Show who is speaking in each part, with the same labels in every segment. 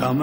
Speaker 1: Come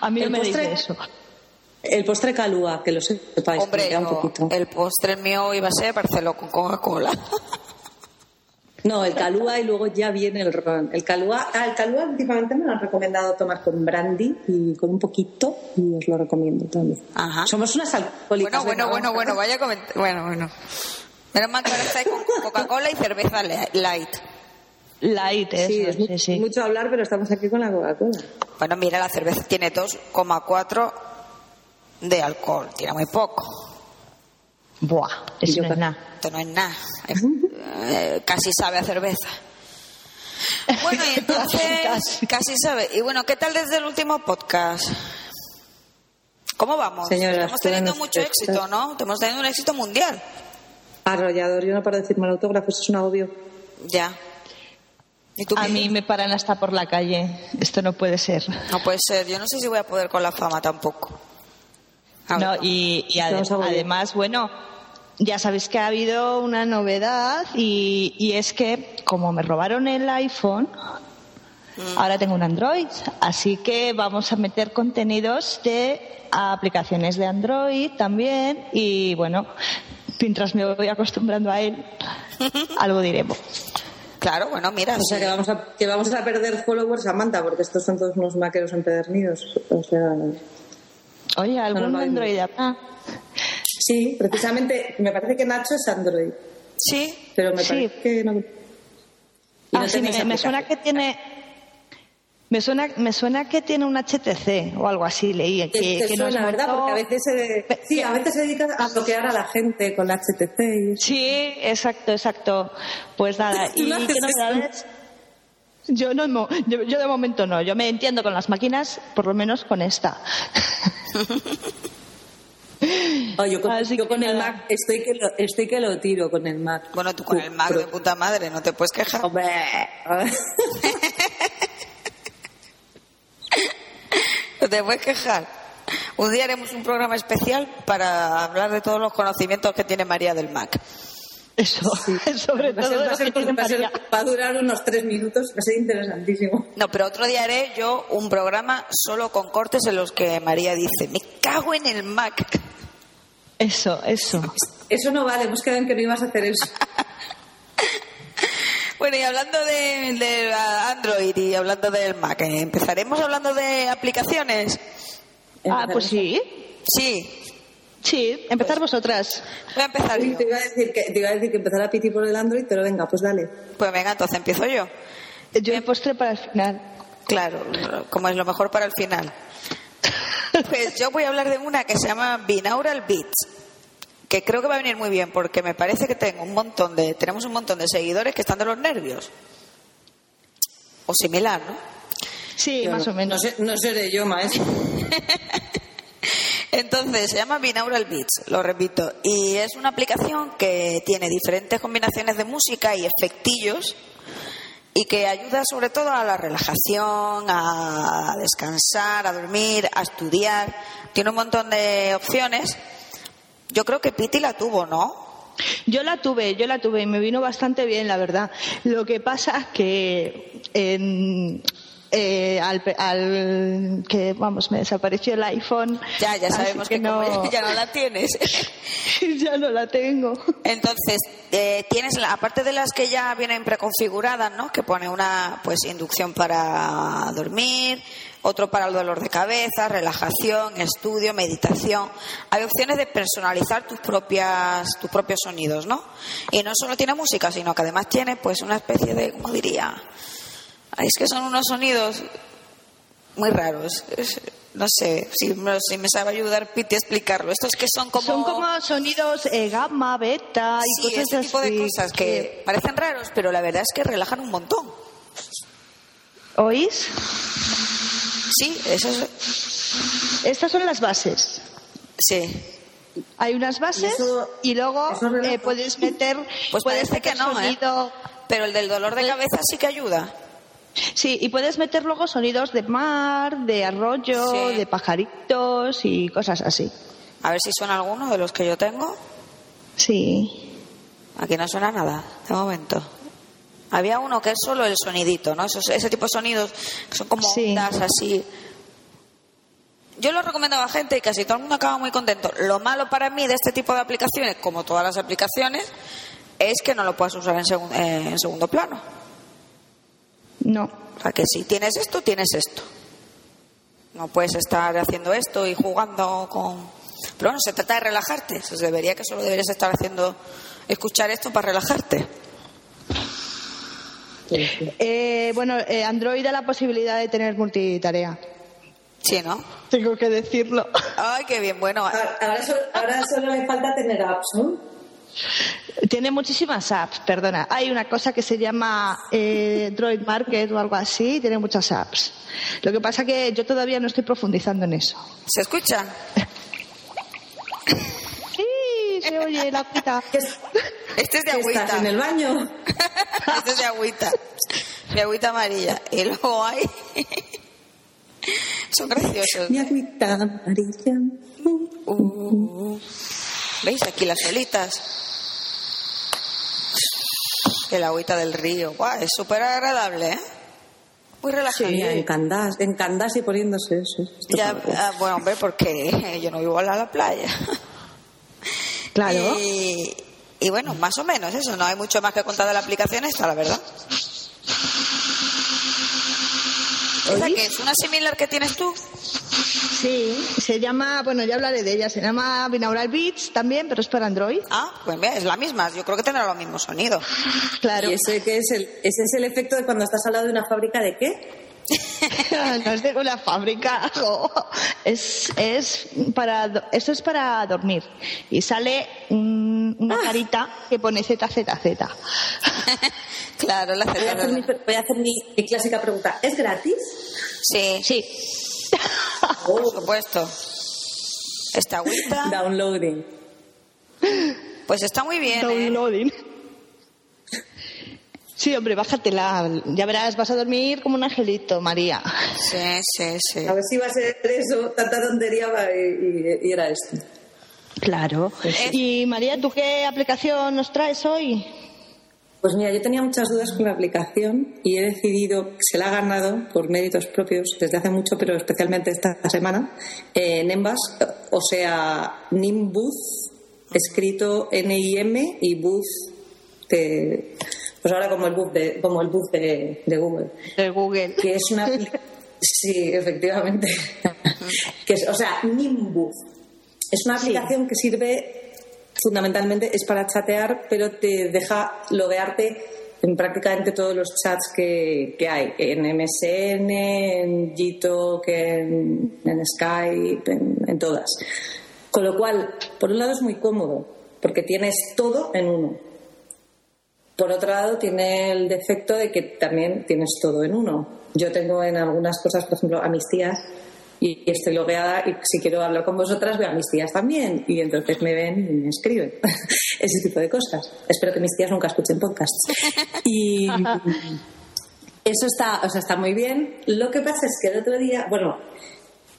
Speaker 2: A mí no
Speaker 3: El
Speaker 2: me dice
Speaker 3: postre-
Speaker 2: eso.
Speaker 3: El postre calúa, que lo sepáis,
Speaker 4: Hombre,
Speaker 3: que ya un
Speaker 4: yo-
Speaker 3: poquito.
Speaker 4: el postre mío iba a ser Barceló con Coca-Cola.
Speaker 3: No, el calúa y luego ya viene el ron. El calúa, ah, el calúa últimamente me lo han recomendado tomar con brandy y con un poquito y os lo recomiendo también.
Speaker 4: Ajá.
Speaker 3: Somos unas alcohólicas.
Speaker 4: Bueno, bueno,
Speaker 3: venga,
Speaker 4: bueno,
Speaker 3: vamos.
Speaker 4: bueno, vaya comentar. Bueno, bueno. Menos mal que ahora estáis con Coca-Cola y cerveza le- light.
Speaker 2: Light, eso,
Speaker 3: Sí,
Speaker 2: sí,
Speaker 3: es
Speaker 2: sí,
Speaker 3: mu- mucho hablar, pero estamos aquí con la Coca-Cola.
Speaker 4: Bueno, mira, la cerveza tiene 2,4 de alcohol. Tiene muy poco.
Speaker 2: Buah,
Speaker 3: Yo
Speaker 2: eso no es
Speaker 3: creo-
Speaker 2: nada.
Speaker 4: Esto no es nada. Es- eh, casi sabe a cerveza. Bueno, y entonces,
Speaker 2: Casi.
Speaker 4: casi sabe. Y bueno, ¿qué tal desde el último podcast? ¿Cómo vamos?
Speaker 3: Señoras,
Speaker 4: Estamos teniendo
Speaker 3: todas
Speaker 4: mucho
Speaker 3: nuestras-
Speaker 4: éxito, ¿no? Estamos teniendo un éxito mundial.
Speaker 3: Arrollador, yo no paro de firmar autógrafos, es un agobio.
Speaker 4: Ya. ¿Y tú
Speaker 2: A
Speaker 4: qué?
Speaker 2: mí me paran hasta por la calle. Esto no puede ser.
Speaker 4: No puede ser. Yo no sé si voy a poder con la fama tampoco. A
Speaker 2: No,
Speaker 4: ver.
Speaker 2: y, y ade-
Speaker 3: Vamos a volver.
Speaker 2: además, bueno, ya sabéis que ha habido una novedad y, y es que como me robaron el iPhone, ahora tengo un Android, así que vamos a meter contenidos de aplicaciones de Android también y bueno, mientras me voy acostumbrando a él, algo diremos.
Speaker 4: Claro, bueno, mira.
Speaker 3: O sea,
Speaker 4: sí.
Speaker 3: que vamos, a, que vamos a perder followers, Samantha, porque estos son todos unos maqueros empedernidos. O sea,
Speaker 2: Oye,
Speaker 3: No,
Speaker 2: algún
Speaker 3: no, no.
Speaker 2: Android habrá?
Speaker 3: sí, precisamente, me parece que Nacho es Android,
Speaker 4: Sí.
Speaker 3: pero me
Speaker 2: Sí.
Speaker 3: parece que no... Y
Speaker 2: Ah,
Speaker 3: no
Speaker 2: sí,
Speaker 3: tenéis
Speaker 2: me, me suena
Speaker 3: aplicación.
Speaker 2: que tiene Me suena, me suena que tiene un HTC o algo así, leí.
Speaker 3: Te-
Speaker 2: Que,
Speaker 3: te
Speaker 2: que nos
Speaker 3: suena, ¿verdad?
Speaker 2: mandó-
Speaker 3: Porque a veces se,
Speaker 2: Pe-
Speaker 3: sí, a veces se dedica a bloquear a la gente con la HTC. y eso.
Speaker 2: Sí, exacto, exacto. Pues nada, ¿y
Speaker 3: No
Speaker 2: qué
Speaker 3: haces eso.
Speaker 2: novedades? Yo, no, mo- yo, yo de momento no, yo me entiendo con las máquinas, por lo menos con esta.
Speaker 3: Oh, yo con,
Speaker 2: Así
Speaker 3: yo
Speaker 2: que
Speaker 3: con el
Speaker 2: nada.
Speaker 3: Mac estoy que, lo, estoy que lo tiro con el Mac.
Speaker 4: Bueno, tú con el Mac
Speaker 3: Pro.
Speaker 4: de puta madre, no te puedes quejar.
Speaker 3: Hombre.
Speaker 4: No te puedes quejar. Un día haremos un programa especial para hablar de todos los conocimientos que tiene María del Mac.
Speaker 2: Eso, sobre
Speaker 3: Va a ser-
Speaker 2: todo
Speaker 3: va a
Speaker 2: lo
Speaker 3: ser-
Speaker 2: que tiene
Speaker 3: va a ser-
Speaker 2: María.
Speaker 3: va a durar unos tres minutos, va a ser interesantísimo.
Speaker 4: No, pero otro día haré yo un programa solo con cortes en los que María dice, me cago en el Mac.
Speaker 2: Eso, eso.
Speaker 3: Eso no vale, hemos quedado en que no ibas a hacer eso.
Speaker 4: Bueno, y hablando de, de ah, Android y hablando del Mac, ¿eh? ¿empezaremos hablando de aplicaciones?
Speaker 2: Ah, pues sí,
Speaker 4: Sí,
Speaker 2: sí, empezar vosotras.
Speaker 4: voy a empezar
Speaker 3: Uy,
Speaker 4: yo.
Speaker 3: Te iba, a decir que, te iba a decir que empezara a piti por el Android, pero venga, pues dale.
Speaker 4: Pues venga, entonces empiezo yo.
Speaker 2: Yo
Speaker 3: Em,
Speaker 2: el postre para el final.
Speaker 4: Claro, como es lo mejor para el final. Pues yo voy a hablar de una que se llama Binaural Beats, que creo que va a venir muy bien porque me parece que tengo un montón de tenemos un montón de seguidores que están de los nervios. O similar, ¿no?
Speaker 2: Sí,
Speaker 3: Yo
Speaker 2: más
Speaker 3: no-
Speaker 2: o menos.
Speaker 3: No, sé- no seré yo, maestro.
Speaker 4: Entonces, se llama Binaural Beats, lo repito, y es una aplicación que tiene diferentes combinaciones de música y efectillos y que ayuda sobre todo a la relajación, a descansar, a dormir, a estudiar. Tiene un montón de opciones. Yo creo que Piti la tuvo, ¿no?
Speaker 2: Yo la tuve, yo la tuve y me vino bastante bien, la verdad. Lo que pasa es que en- eh, al, pe- al- que vamos me desapareció el iPhone
Speaker 4: Ya, ya
Speaker 2: así
Speaker 4: sabemos que, como
Speaker 2: no-
Speaker 4: ya no la tienes.
Speaker 2: ya no la tengo
Speaker 4: Entonces, eh, tienes, la- aparte de las que ya vienen preconfiguradas, ¿no? Que pone una, pues, inducción para dormir, otro para el dolor de cabeza, relajación, estudio, meditación. Hay opciones de personalizar tus propias, tus propios sonidos, ¿no? Y no solo tiene música, sino que además tiene, pues, una especie de, ¿cómo diría? Ay, Es que son unos sonidos muy raros. Es- No sé si me, si me sabe ayudar Piti a explicarlo. Estos que son como...
Speaker 2: son como sonidos eh, gamma beta
Speaker 4: Sí,
Speaker 2: y cosas
Speaker 4: ese tipo de
Speaker 2: así
Speaker 4: cosas que parecen raros, pero la verdad es que relajan un montón.
Speaker 2: oís
Speaker 4: Sí, eso es.
Speaker 2: estas son las bases
Speaker 4: Sí.
Speaker 2: hay unas bases y,
Speaker 3: eso-
Speaker 2: luego
Speaker 3: eso relaja.
Speaker 2: eh, puedes meter
Speaker 4: Pues
Speaker 2: puedes
Speaker 4: parece que
Speaker 2: meter
Speaker 4: no, ¿eh?
Speaker 2: sonido
Speaker 4: Pero el del dolor de cabeza sí que ayuda.
Speaker 2: Sí, y puedes meter luego sonidos de mar, de arroyo,
Speaker 4: Sí.
Speaker 2: de pajaritos y cosas así.
Speaker 4: A ver si suena alguno de los que yo tengo.
Speaker 2: Sí.
Speaker 4: Aquí no suena nada, de momento. Había uno que es solo el sonidito, ¿no? Esos- ese tipo de sonidos que son como
Speaker 2: Sí.
Speaker 4: ondas así. Yo lo recomendaba a gente y casi todo el mundo acaba muy contento. Lo malo para mí de este tipo de aplicaciones, como todas las aplicaciones, es que no lo puedes usar en segun- eh, en segundo plano.
Speaker 2: No.
Speaker 4: O sea, que si tienes esto, tienes esto. No puedes estar haciendo esto y jugando con... Pero bueno, se trata de relajarte. Se debería que solo deberías estar haciendo... Escuchar esto para relajarte.
Speaker 2: Eh, bueno, eh, Android da la posibilidad de tener multitarea.
Speaker 4: Sí, ¿no?
Speaker 2: Tengo que decirlo.
Speaker 4: Ay, qué bien. Bueno,
Speaker 3: Ahora, ahora solo, ahora solo le falta tener apps, ¿no?
Speaker 2: Tiene muchísimas apps, perdona. Hay una cosa que se llama eh, Droid Market o algo así, y tiene muchas apps. Lo que pasa que yo todavía no estoy profundizando en eso.
Speaker 4: ¿se escucha?
Speaker 2: Sí, se oye la pita.
Speaker 4: Este es de
Speaker 3: Que Estás
Speaker 4: agüita.
Speaker 3: en el baño.
Speaker 4: Este es de agüita. De agüita amarilla. Y luego hay... Son graciosos.
Speaker 3: Mi agüita amarilla.
Speaker 4: Uh, ¿Veis aquí las olitas? El agüita del río. Guau, es súper agradable, ¿eh? Muy
Speaker 3: Mira, en
Speaker 4: relajante.
Speaker 3: Candás, en Candás y poniéndose eso. Esto
Speaker 4: Ya,
Speaker 3: para-
Speaker 4: ah, bueno, hombre, porque yo no vivo al lado de la playa.
Speaker 2: Claro.
Speaker 4: Y, y bueno, más o menos eso. No hay mucho más que contar de la aplicación esta, la verdad. ¿Esa
Speaker 2: ¿Oís?
Speaker 4: que es una similar que tienes tú?
Speaker 2: Sí, se llama, bueno, ya hablaré de ella, se llama Binaural Beats también, pero es para Android.
Speaker 4: Ah, pues mira, es la misma. Yo creo que tendrá los mismos sonidos.
Speaker 2: Claro.
Speaker 3: ¿Y ese, que es el, ese es el efecto de cuando estás al lado de una fábrica de qué?
Speaker 2: no es de una fábrica. jo. Es, es para, do- esto es para dormir. Y sale un-
Speaker 3: Ah.
Speaker 2: una carita que pone ZZZ.
Speaker 4: claro, la
Speaker 3: Voy a hacer, mi,
Speaker 4: cerveza.
Speaker 3: voy a hacer mi- mi clásica pregunta. ¿Es gratis?
Speaker 4: Sí,
Speaker 2: Sí.
Speaker 4: por supuesto. Esta agüita,
Speaker 3: Downloading.
Speaker 4: pues está muy bien. ¿eh?
Speaker 2: Downloading. Sí, hombre, bájatela. Ya verás, vas a dormir como un angelito, María.
Speaker 4: Sí, sí, sí.
Speaker 3: A ver si iba a ser eso, tanta tontería va, y, y- y era esto.
Speaker 2: Claro. Y María, ¿tú qué aplicación nos traes hoy?
Speaker 3: Pues mira, yo tenía muchas dudas con la aplicación y he decidido, se la ha ganado por méritos propios desde hace mucho, pero especialmente esta semana, eh, Nembas, o sea, Nimbus, escrito N-I-M y Buzz de... Pues ahora como el Buzz de, como el buzz de, de Google.
Speaker 2: De Google.
Speaker 3: que es una sí efectivamente que es, o sea Nimbus es una aplicación que sirve fundamentalmente es para chatear pero te deja loguearte en prácticamente todos los chats que, que hay en MSN en Gtalk en, en Skype en- en todas con lo cual por un lado es muy cómodo porque tienes todo en uno por otro lado, tiene el defecto de que también tienes todo en uno. Yo tengo en algunas cosas, por ejemplo, a mis tías y y estoy logueada y si quiero hablar con vosotras veo a mis tías también y entonces me ven y me escriben. Ese tipo de cosas. Espero que mis tías nunca escuchen podcasts. Y eso está, o sea, está muy bien. Lo que pasa es que el otro día, bueno,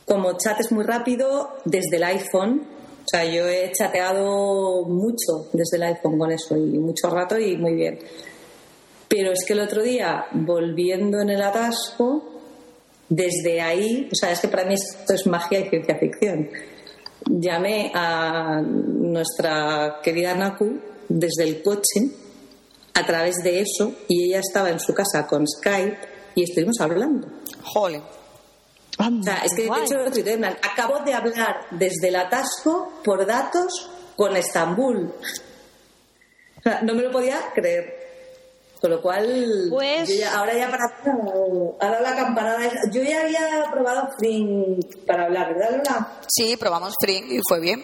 Speaker 3: como chat es muy rápido desde el iPhone. O sea, yo he chateado mucho desde el iPhone con eso y mucho rato y muy bien. Pero es que el otro día, volviendo en el atasco, desde ahí, o sea, es que para mí esto es magia y ciencia ficción. Llamé a nuestra querida Naku desde el coche a través de eso y ella estaba en su casa con Skype y estuvimos hablando.
Speaker 4: Jole.
Speaker 3: O sea, es que de hecho lo tuiteé, en plan, acabo de hablar desde el atasco por datos con Estambul. O sea, no me lo podía creer. Con lo cual,
Speaker 2: Pues-
Speaker 3: yo ya- ahora ya para... Ahora la campanada es... Yo ya había probado Fring para hablar, ¿verdad, Lola?
Speaker 4: Sí, probamos Fring y fue bien.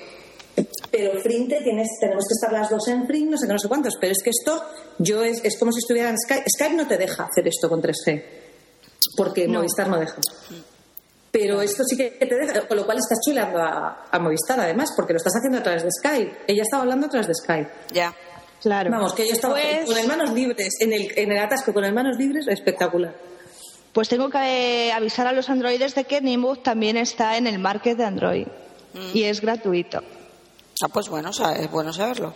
Speaker 3: Pero Fring te tienes, tenemos que estar las dos en Fring, no sé qué, no sé cuántos. Pero es que esto yo es, es como si estuviera en Skype. Skype no te deja hacer esto con 3G. Porque Movistar no deja. Pero esto sí que te deja, con lo cual estás chulando a, a Movistar además, porque lo estás haciendo a través de Skype. Ella estaba hablando a través de Skype.
Speaker 4: Ya.
Speaker 2: Claro.
Speaker 3: Vamos, que yo estaba
Speaker 2: Pues-
Speaker 3: con las manos libres, en el, en el atasco con las manos libres, espectacular.
Speaker 2: Pues tengo que eh, avisar a los androides de que Nimbus también está en el market de Android
Speaker 3: Mm.
Speaker 2: y es gratuito.
Speaker 4: Ah, pues bueno, sa- es bueno saberlo.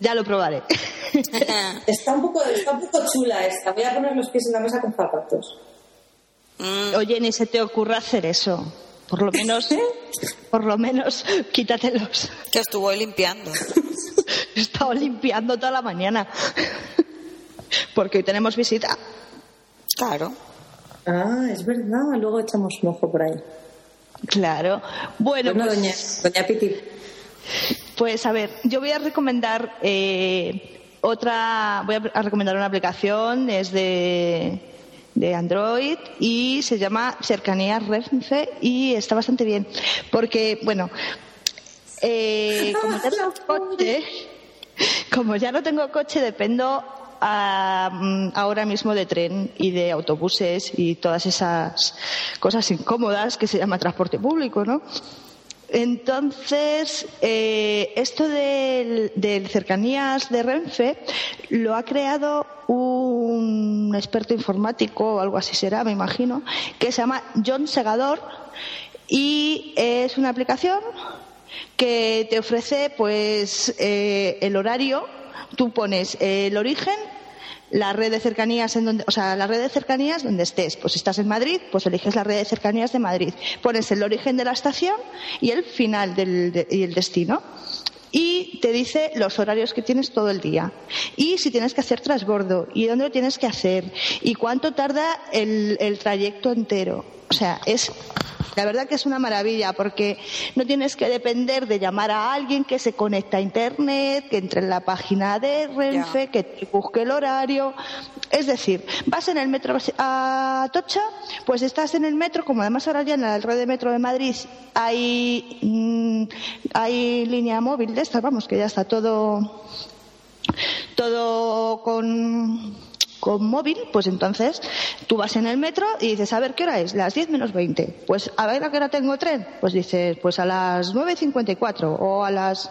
Speaker 2: Ya lo probaré.
Speaker 3: Está un poco, está un poco chula esta. Voy a poner los pies en la mesa con zapatos.
Speaker 4: Mm,
Speaker 2: Oye, ni se te ocurra hacer eso. Por lo menos, ¿eh? por lo menos, quítatelos.
Speaker 4: que estuvo limpiando.
Speaker 2: He estado limpiando toda la mañana. Porque hoy tenemos visita.
Speaker 4: Claro.
Speaker 3: Ah, es verdad. Luego echamos un ojo por ahí.
Speaker 2: Claro. Bueno,
Speaker 3: Bueno,
Speaker 2: pues,
Speaker 3: doña, doña Piti.
Speaker 2: Pues a ver, yo voy a recomendar eh, otra, voy a, a recomendar una aplicación, es de, de Android y se llama Cercanía Renfe y está bastante bien, porque bueno, eh, como ya no tengo coche, como ya no tengo coche, dependo ah, mm, ahora mismo de tren y de autobuses y todas esas cosas incómodas que se llama transporte público, ¿no? Entonces, eh, esto del, del cercanías de Renfe lo ha creado un experto informático o algo así será, me imagino, que se llama John Segador y es una aplicación que te ofrece pues eh, el horario, tú pones eh, el origen la red de cercanías en donde, o sea, la red de cercanías donde estés. Pues si estás en Madrid, pues eliges la red de cercanías de Madrid. Pones el origen de la estación y el final del, de- y el destino. Y te dice los horarios que tienes todo el día. Y si tienes que hacer transbordo. Y dónde lo tienes que hacer. Y cuánto tarda el, el trayecto entero. O sea, es La verdad que es una maravilla porque no tienes que depender de llamar a alguien que se conecta a internet, que entre en la página de Renfe, que te busque el horario. Es decir, vas en el metro a Tocha, pues estás en el metro, como además ahora ya en la red de metro de Madrid hay, mm, hay línea móvil de estas, vamos, que ya está todo, todo con con móvil, pues entonces tú vas en el metro y dices, a ver, ¿qué hora es? Las 10 menos 20. Pues, a ver, ¿a qué hora tengo tren? Pues dices, pues a las 9.54 o a las...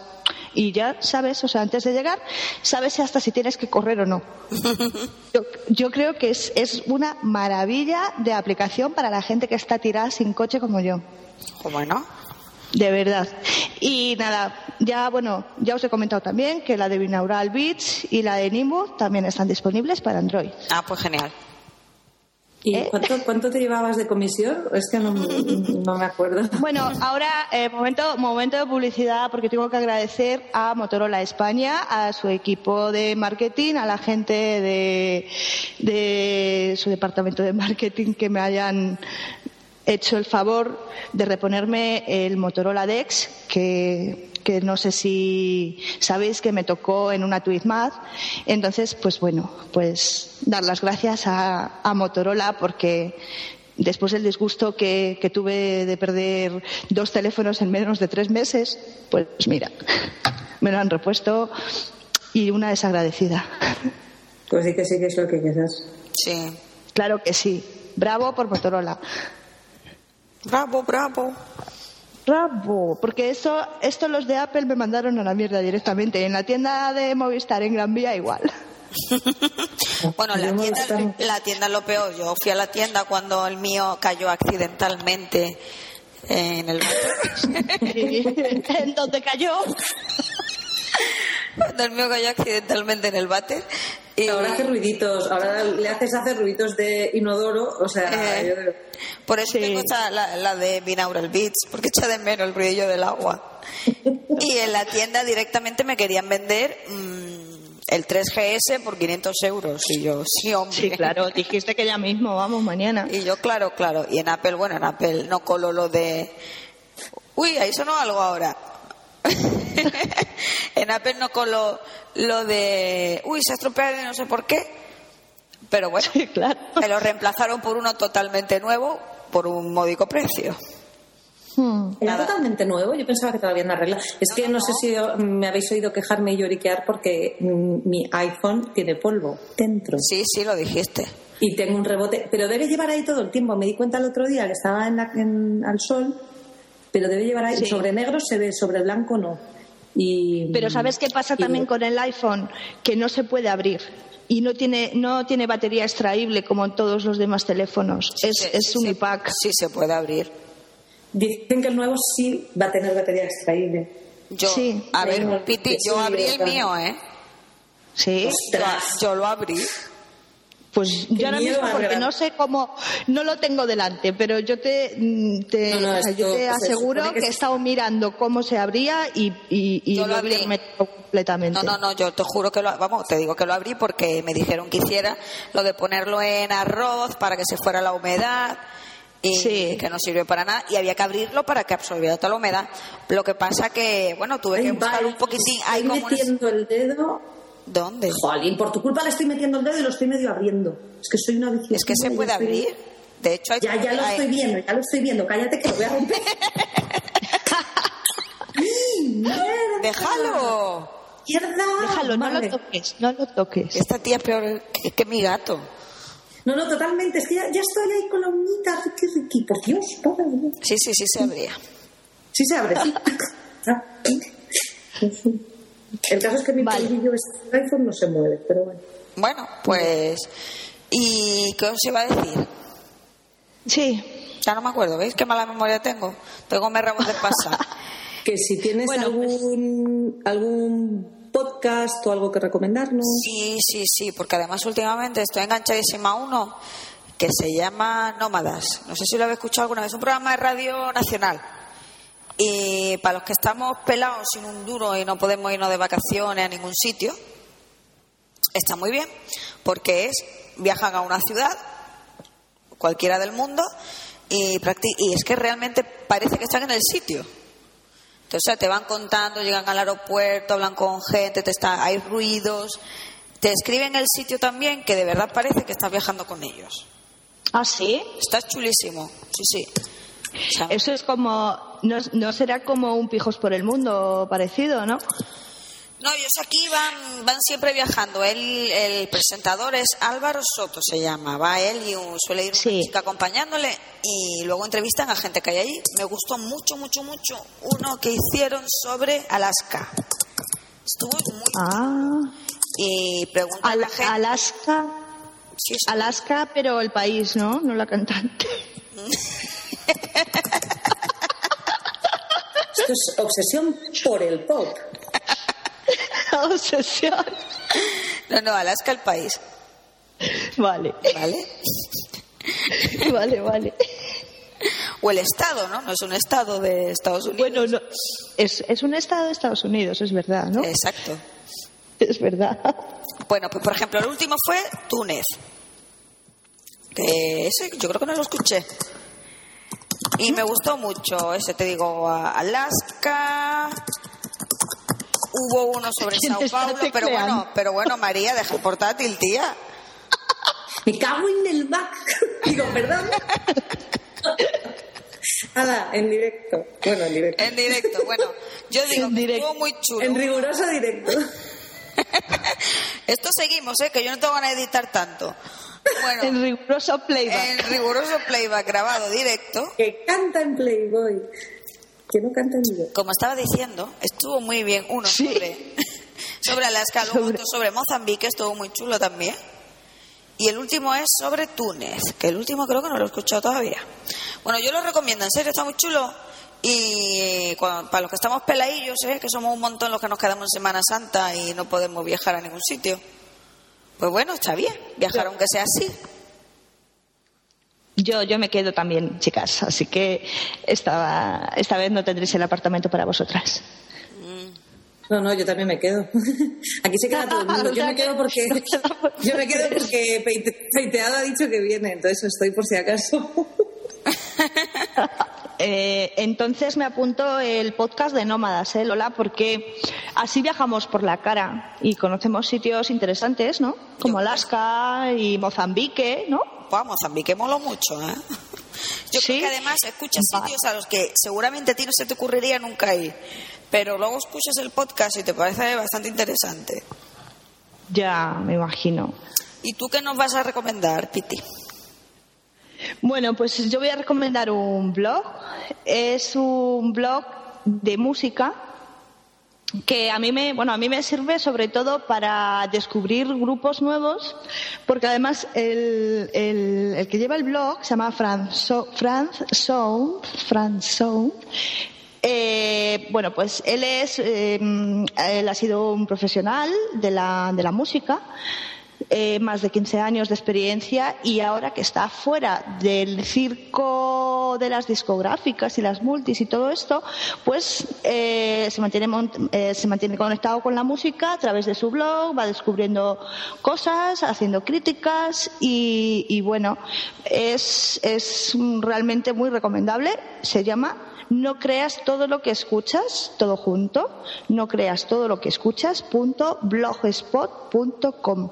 Speaker 2: Y ya sabes, o sea, antes de llegar, sabes hasta si tienes que correr o no. Yo, yo creo que es, es una maravilla de aplicación para la gente que está tirada sin coche como yo.
Speaker 4: ¿Cómo no?
Speaker 2: De verdad. Y nada, ya bueno, ya os he comentado también que la de Binaural Beats y la de Nimbus también están disponibles para Android.
Speaker 4: Ah, pues genial.
Speaker 3: ¿Y
Speaker 2: ¿Eh?
Speaker 3: cuánto, cuánto te llevabas de comisión? Es que no, no me acuerdo.
Speaker 2: Bueno, ahora eh, momento, momento de publicidad porque tengo que agradecer a Motorola España, a su equipo de marketing, a la gente de, de su departamento de marketing que me hayan hecho el favor de reponerme el Motorola Dex que que no sé si sabéis que me tocó en una Twizmaz. Entonces, pues bueno, pues dar las gracias a, a Motorola porque después del disgusto que, que tuve de perder dos teléfonos en menos de tres meses, pues mira, me lo han repuesto y una desagradecida.
Speaker 3: Pues sí que sí que es lo que quieras.
Speaker 4: Sí.
Speaker 2: Claro que sí. Bravo por Motorola.
Speaker 4: Bravo, bravo.
Speaker 2: Bravo, porque eso, esto los de Apple me mandaron a la mierda directamente. En la tienda de Movistar en Gran Vía igual.
Speaker 4: Bueno, la
Speaker 3: Yo me
Speaker 4: tienda,
Speaker 3: gustan.
Speaker 4: la tienda es lo peor. Yo fui a la tienda cuando el mío cayó accidentalmente en el
Speaker 2: ¿En dónde cayó?
Speaker 4: cuando el mío cayó accidentalmente en el váter y
Speaker 3: Y ahora hace ruiditos, ahora le haces hacer ruiditos de inodoro, o sea,
Speaker 4: Eh.
Speaker 3: yo creo-
Speaker 4: por eso
Speaker 2: Sí.
Speaker 4: tengo esta- la, la de binaural beats porque echa de menos el ruido del agua y en la tienda directamente me querían vender mm, el 3GS por 500 euros y yo sí hombre
Speaker 2: Sí, claro, dijiste que ya mismo, vamos, mañana.
Speaker 4: Y yo, claro, claro. Y en Apple, bueno, en Apple no colo lo de. Uy, ahí sonó algo ahora. en Apple no colo lo de. Uy, se ha estropeado y no sé por qué. Pero bueno,
Speaker 2: Sí, claro.
Speaker 4: me lo reemplazaron por uno totalmente nuevo por un módico precio.
Speaker 2: Hmm.
Speaker 3: Era
Speaker 4: Nada.
Speaker 3: totalmente nuevo, yo pensaba que todavía no arregla. Es que no, sé si o- me habéis oído quejarme y lloriquear porque mm, mi iPhone tiene polvo dentro.
Speaker 4: Sí, sí, lo dijiste.
Speaker 3: Y tengo un rebote, pero debe llevar ahí todo el tiempo. Me di cuenta el otro día que estaba en la- en- al sol, pero debe llevar ahí.
Speaker 2: Sí.
Speaker 3: Sobre negro se ve, sobre blanco no. Y,
Speaker 2: Pero ¿sabes qué pasa también con el iPhone? Que no se puede abrir y no tiene, no tiene batería extraíble como en todos los demás teléfonos. es
Speaker 4: Sí,
Speaker 2: es
Speaker 4: sí,
Speaker 2: un
Speaker 4: sí.
Speaker 2: iPac.
Speaker 4: Sí, se puede abrir.
Speaker 3: Dicen que el nuevo sí va a tener batería extraíble.
Speaker 4: Yo,
Speaker 2: Sí.
Speaker 4: a ver,
Speaker 3: Venga,
Speaker 4: Piti,
Speaker 3: que
Speaker 4: yo
Speaker 3: sí,
Speaker 4: abrí el
Speaker 3: verdad.
Speaker 4: mío, ¿eh?
Speaker 2: Sí.
Speaker 4: Yo,
Speaker 3: Ostras.
Speaker 4: yo lo abrí.
Speaker 2: Pues yo ahora
Speaker 3: miedo
Speaker 2: mismo,
Speaker 3: más
Speaker 2: porque
Speaker 3: grande.
Speaker 2: no sé cómo, no lo tengo delante, pero yo te, mm, te,
Speaker 3: No, no,
Speaker 2: o sea, yo
Speaker 3: esto
Speaker 2: te
Speaker 3: se
Speaker 2: aseguro
Speaker 3: supone que
Speaker 2: que, he
Speaker 3: se-
Speaker 2: estado mirando cómo se abría y, y, y
Speaker 4: Yo lo
Speaker 2: lo vi
Speaker 4: abrí.
Speaker 2: hermético completamente.
Speaker 4: No, no, no, yo te juro que lo, vamos, te digo que lo abrí porque me dijeron que hiciera lo de ponerlo en arroz para que se fuera la humedad y
Speaker 2: Sí.
Speaker 4: que no sirvió para nada y había que abrirlo para que absorbiera toda la humedad. Lo que pasa que, bueno, tuve que
Speaker 3: Ay,
Speaker 4: buscar
Speaker 3: vale,
Speaker 4: un poquitín,
Speaker 3: estoy
Speaker 4: hay como unas-
Speaker 3: metiendo el dedo.
Speaker 4: ¿Dónde?
Speaker 3: Jolín, por tu culpa le estoy metiendo el dedo y lo estoy medio abriendo. Es que soy una viciosa.
Speaker 4: Es que se
Speaker 3: ya
Speaker 4: puede
Speaker 3: estoy-
Speaker 4: abrir. De hecho, hay
Speaker 3: Ya, ya lo
Speaker 4: hay-
Speaker 3: estoy viendo, ya lo estoy viendo. Cállate que lo voy a romper.
Speaker 4: Déjalo.
Speaker 3: ¡Mierda!
Speaker 2: Déjalo, no
Speaker 3: Vale.
Speaker 2: lo toques, no lo toques.
Speaker 4: Esta tía es peor que, que mi gato.
Speaker 3: No, no, totalmente. Es que ya, ya estoy ahí con la unita. ¡Qué riqui! Por Dios, padre mío.
Speaker 4: Sí, sí, sí se abría.
Speaker 3: Sí se abre, sí. Ah. El caso es que mi
Speaker 2: Vale.
Speaker 3: polvillo es- iPhone no se mueve, pero bueno.
Speaker 4: Bueno, pues ¿y qué os iba a decir?
Speaker 2: Sí.
Speaker 4: Ya no me acuerdo, ¿veis qué mala memoria tengo? Tengo me ramos de pasar.
Speaker 3: Que si tienes
Speaker 2: Bueno, pues-
Speaker 3: algún, algún podcast o algo que recomendarnos.
Speaker 4: Sí, sí, sí, porque además últimamente estoy enganchadísima a uno que se llama Nómadas. No sé si lo habéis escuchado alguna vez, un programa de radio nacional. Y para los que estamos pelados sin un duro y no podemos irnos de vacaciones a ningún sitio, está muy bien, porque es viajan a una ciudad, cualquiera del mundo, y, practi- y es que realmente parece que están en el sitio. Entonces o sea, te van contando, llegan al aeropuerto, hablan con gente, te está, hay ruidos, te describen el sitio también que de verdad parece que estás viajando con ellos.
Speaker 2: ¿Ah, sí?
Speaker 4: Está chulísimo, sí, sí. O sea,
Speaker 2: Eso es como. No, no será como un Pijos por el Mundo parecido, ¿no?
Speaker 4: No, ellos aquí van, van siempre viajando. Él, el presentador es Álvaro Soto, se llama. Va él y un- suele ir una
Speaker 2: Sí.
Speaker 4: chica acompañándole y luego entrevistan a gente que hay allí. Me gustó mucho, mucho, mucho uno que hicieron sobre Alaska. Estuvo muy...
Speaker 2: Ah.
Speaker 4: Y preguntan a
Speaker 2: Al-
Speaker 4: la gente...
Speaker 2: Alaska.
Speaker 4: Sí, sí.
Speaker 2: Alaska, pero el país, ¿no? No la cantante.
Speaker 3: Esto es obsesión por el pop.
Speaker 2: La obsesión.
Speaker 4: No, no, Alaska el país,
Speaker 2: Vale,
Speaker 4: ¿vale?
Speaker 2: vale, vale.
Speaker 4: O el estado, ¿no? No es un estado de Estados Unidos.
Speaker 2: Bueno, no. Es, es un estado de Estados Unidos, es verdad, ¿no?
Speaker 4: Exacto.
Speaker 2: Es verdad.
Speaker 4: Bueno, pues por ejemplo, el último fue Túnez. Que ese yo creo que no lo escuché. Y me gustó mucho ese, te digo, a- Alaska. Hubo uno sobre
Speaker 2: ¿Quién
Speaker 4: Sao
Speaker 2: te está
Speaker 4: Paulo, pero
Speaker 2: tecleando?
Speaker 4: bueno, pero bueno, María, deja el portátil, tía.
Speaker 3: Me cago en el back. Digo, perdón. Nada, en directo. Bueno, en directo.
Speaker 4: En directo, bueno, yo digo,
Speaker 2: En
Speaker 4: que
Speaker 2: directo.
Speaker 4: estuvo muy chulo.
Speaker 3: En riguroso directo.
Speaker 4: Esto seguimos, ¿eh? que yo no tengo ganas de editar tanto. Bueno,
Speaker 2: En riguroso playback.
Speaker 4: en riguroso playback grabado directo,
Speaker 3: Que canta en Playboy. Que no canta en directo.
Speaker 4: como estaba diciendo, estuvo muy bien uno
Speaker 2: Sí.
Speaker 4: sobre, sobre Alaska, luego
Speaker 2: Sobre-
Speaker 4: otro sobre Mozambique, estuvo muy chulo también. Y el último es sobre Túnez, que el último creo que no lo he escuchado todavía. Bueno, yo lo recomiendo, en serio, está muy chulo. Y eh, cua- para los que estamos peladillos, ¿eh? que somos un montón los que nos quedamos en Semana Santa y no podemos viajar a ningún sitio, pues bueno, está bien, viajar aunque sea así.
Speaker 2: Yo, yo me quedo también, chicas, así que esta, esta vez no tendréis el apartamento para vosotras.
Speaker 3: No, no, yo también me quedo. Aquí se queda todo el mundo. Yo me quedo porque, yo me quedo porque Peite- Peiteado ha dicho que viene, entonces estoy por si acaso.
Speaker 2: Eh, entonces me apunto el podcast de Nómadas, ¿eh, Lola? Porque así viajamos por la cara y conocemos sitios interesantes, ¿no? Como Alaska y Mozambique, ¿no?
Speaker 4: Pues Mozambique moló mucho, ¿eh? Yo
Speaker 2: Sí.
Speaker 4: creo que además escuchas
Speaker 2: Va.
Speaker 4: sitios a los que seguramente a ti no se te ocurriría nunca ir, pero luego escuchas el podcast y te parece bastante interesante.
Speaker 2: Ya, me imagino.
Speaker 4: ¿Y tú qué nos vas a recomendar, Piti?
Speaker 2: Bueno, pues yo voy a recomendar un blog. Es un blog de música que a mí me, bueno, a mí me sirve sobre todo para descubrir grupos nuevos, porque además el, el- el que lleva el blog se llama Franz So- Franz Sound, Franz Sound. Eh, bueno, pues él es, eh, él ha sido un profesional de la, de la música, eh, más de 15 años de experiencia y ahora que está fuera del circo de las discográficas y las multis y todo esto, pues eh, se, mantiene, mon- eh, se mantiene conectado con la música a través de su blog, va descubriendo cosas, haciendo críticas y, y bueno, es, es mm, realmente muy recomendable. Se llama no creas todo lo que escuchas, todo junto, no creas todo lo que escuchas, punto blogspot.com.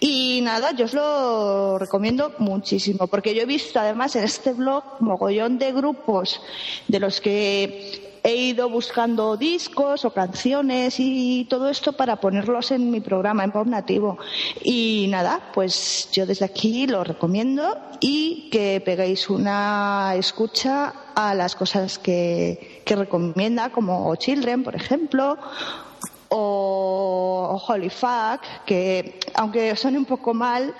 Speaker 2: Y nada, yo os lo recomiendo muchísimo, porque yo he visto además en este blog mogollón de grupos de los que he ido buscando discos o canciones y todo esto para ponerlos en mi programa en Pop Nativo. Y nada, pues yo desde aquí lo recomiendo y que peguéis una escucha a las cosas que, que recomienda, como Children, por ejemplo, o Holy Fuck, que aunque suene un poco mal,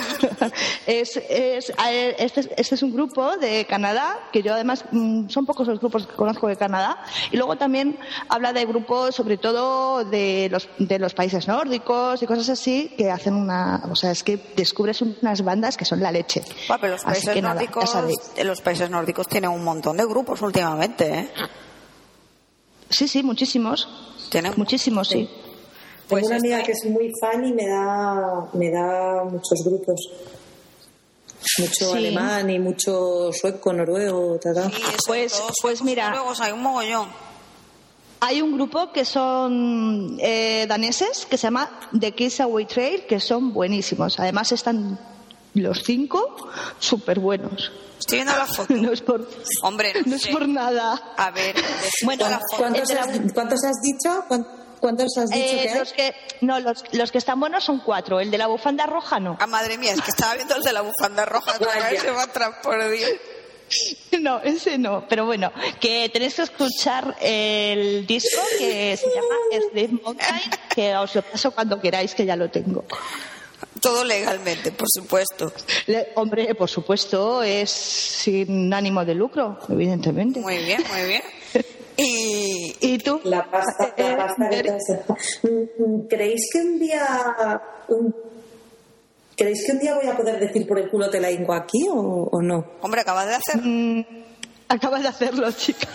Speaker 2: es, es- a- este, es- este es un grupo de Canadá, que yo además mm, son pocos los grupos que conozco de Canadá, y luego también habla de grupos sobre todo de los, de los países nórdicos y cosas así, que hacen una, o sea, es que descubres unas bandas que son la leche.
Speaker 4: Buah, pero los
Speaker 2: Así
Speaker 4: países,
Speaker 2: que nada, ya
Speaker 4: nórdicos,
Speaker 2: sabéis.
Speaker 4: eh, los países nórdicos tienen un montón de grupos últimamente, ¿eh?
Speaker 2: Sí, sí, muchísimos.
Speaker 4: Tienen
Speaker 2: Muchísimos, sí.
Speaker 4: Pues
Speaker 3: Tengo una
Speaker 4: está
Speaker 3: amiga
Speaker 4: ahí.
Speaker 3: que es muy fan y me da, me da muchos grupos. Mucho
Speaker 2: Sí.
Speaker 3: alemán y mucho sueco, noruego, ta, ta.
Speaker 4: Sí, eso,
Speaker 2: Pues-
Speaker 4: todos
Speaker 2: pues
Speaker 4: suecos,
Speaker 2: mira.
Speaker 4: noruegos, hay un mogollón.
Speaker 2: Hay un grupo que son eh, daneses que se llama The Kiss Away Trail, que son buenísimos. Además están los cinco súper buenos.
Speaker 4: Estoy viendo la foto.
Speaker 2: No es por,
Speaker 4: Hombre, no
Speaker 2: no es
Speaker 4: sé.
Speaker 2: por nada.
Speaker 4: A ver,
Speaker 2: Bueno,
Speaker 4: bueno, la foto.
Speaker 3: ¿Cuántos
Speaker 2: el de la-
Speaker 3: has, cuántos has dicho? ¿Cuán- ¿Cuántos has dicho
Speaker 2: Eh,
Speaker 3: que hay?
Speaker 2: los que, no, los, los que están buenos son cuatro. El de la bufanda roja no.
Speaker 4: Ah, madre mía, es que estaba viendo el de la bufanda roja.
Speaker 3: Vaya.
Speaker 4: otra vez se va atrás, por Dios.
Speaker 2: No, ese no. Pero bueno, que tenéis que escuchar el disco que se llama Sleep Mountain, que os lo paso cuando queráis, que ya lo tengo.
Speaker 4: Todo legalmente, por supuesto.
Speaker 2: Le- hombre, por supuesto, es sin ánimo de lucro, evidentemente.
Speaker 4: Muy bien, muy bien. Y
Speaker 2: ¿Y tú?
Speaker 3: La pasta, la
Speaker 2: Eh,
Speaker 3: pasta que
Speaker 2: Mary,
Speaker 3: te hace. Mm, mm, ¿Creéis que un día un- creéis que un día voy a poder decir por el culo te la ingo aquí o, o no?
Speaker 4: Hombre, acabas de hacer.
Speaker 3: Mm.
Speaker 2: Acabas de hacerlo, chica.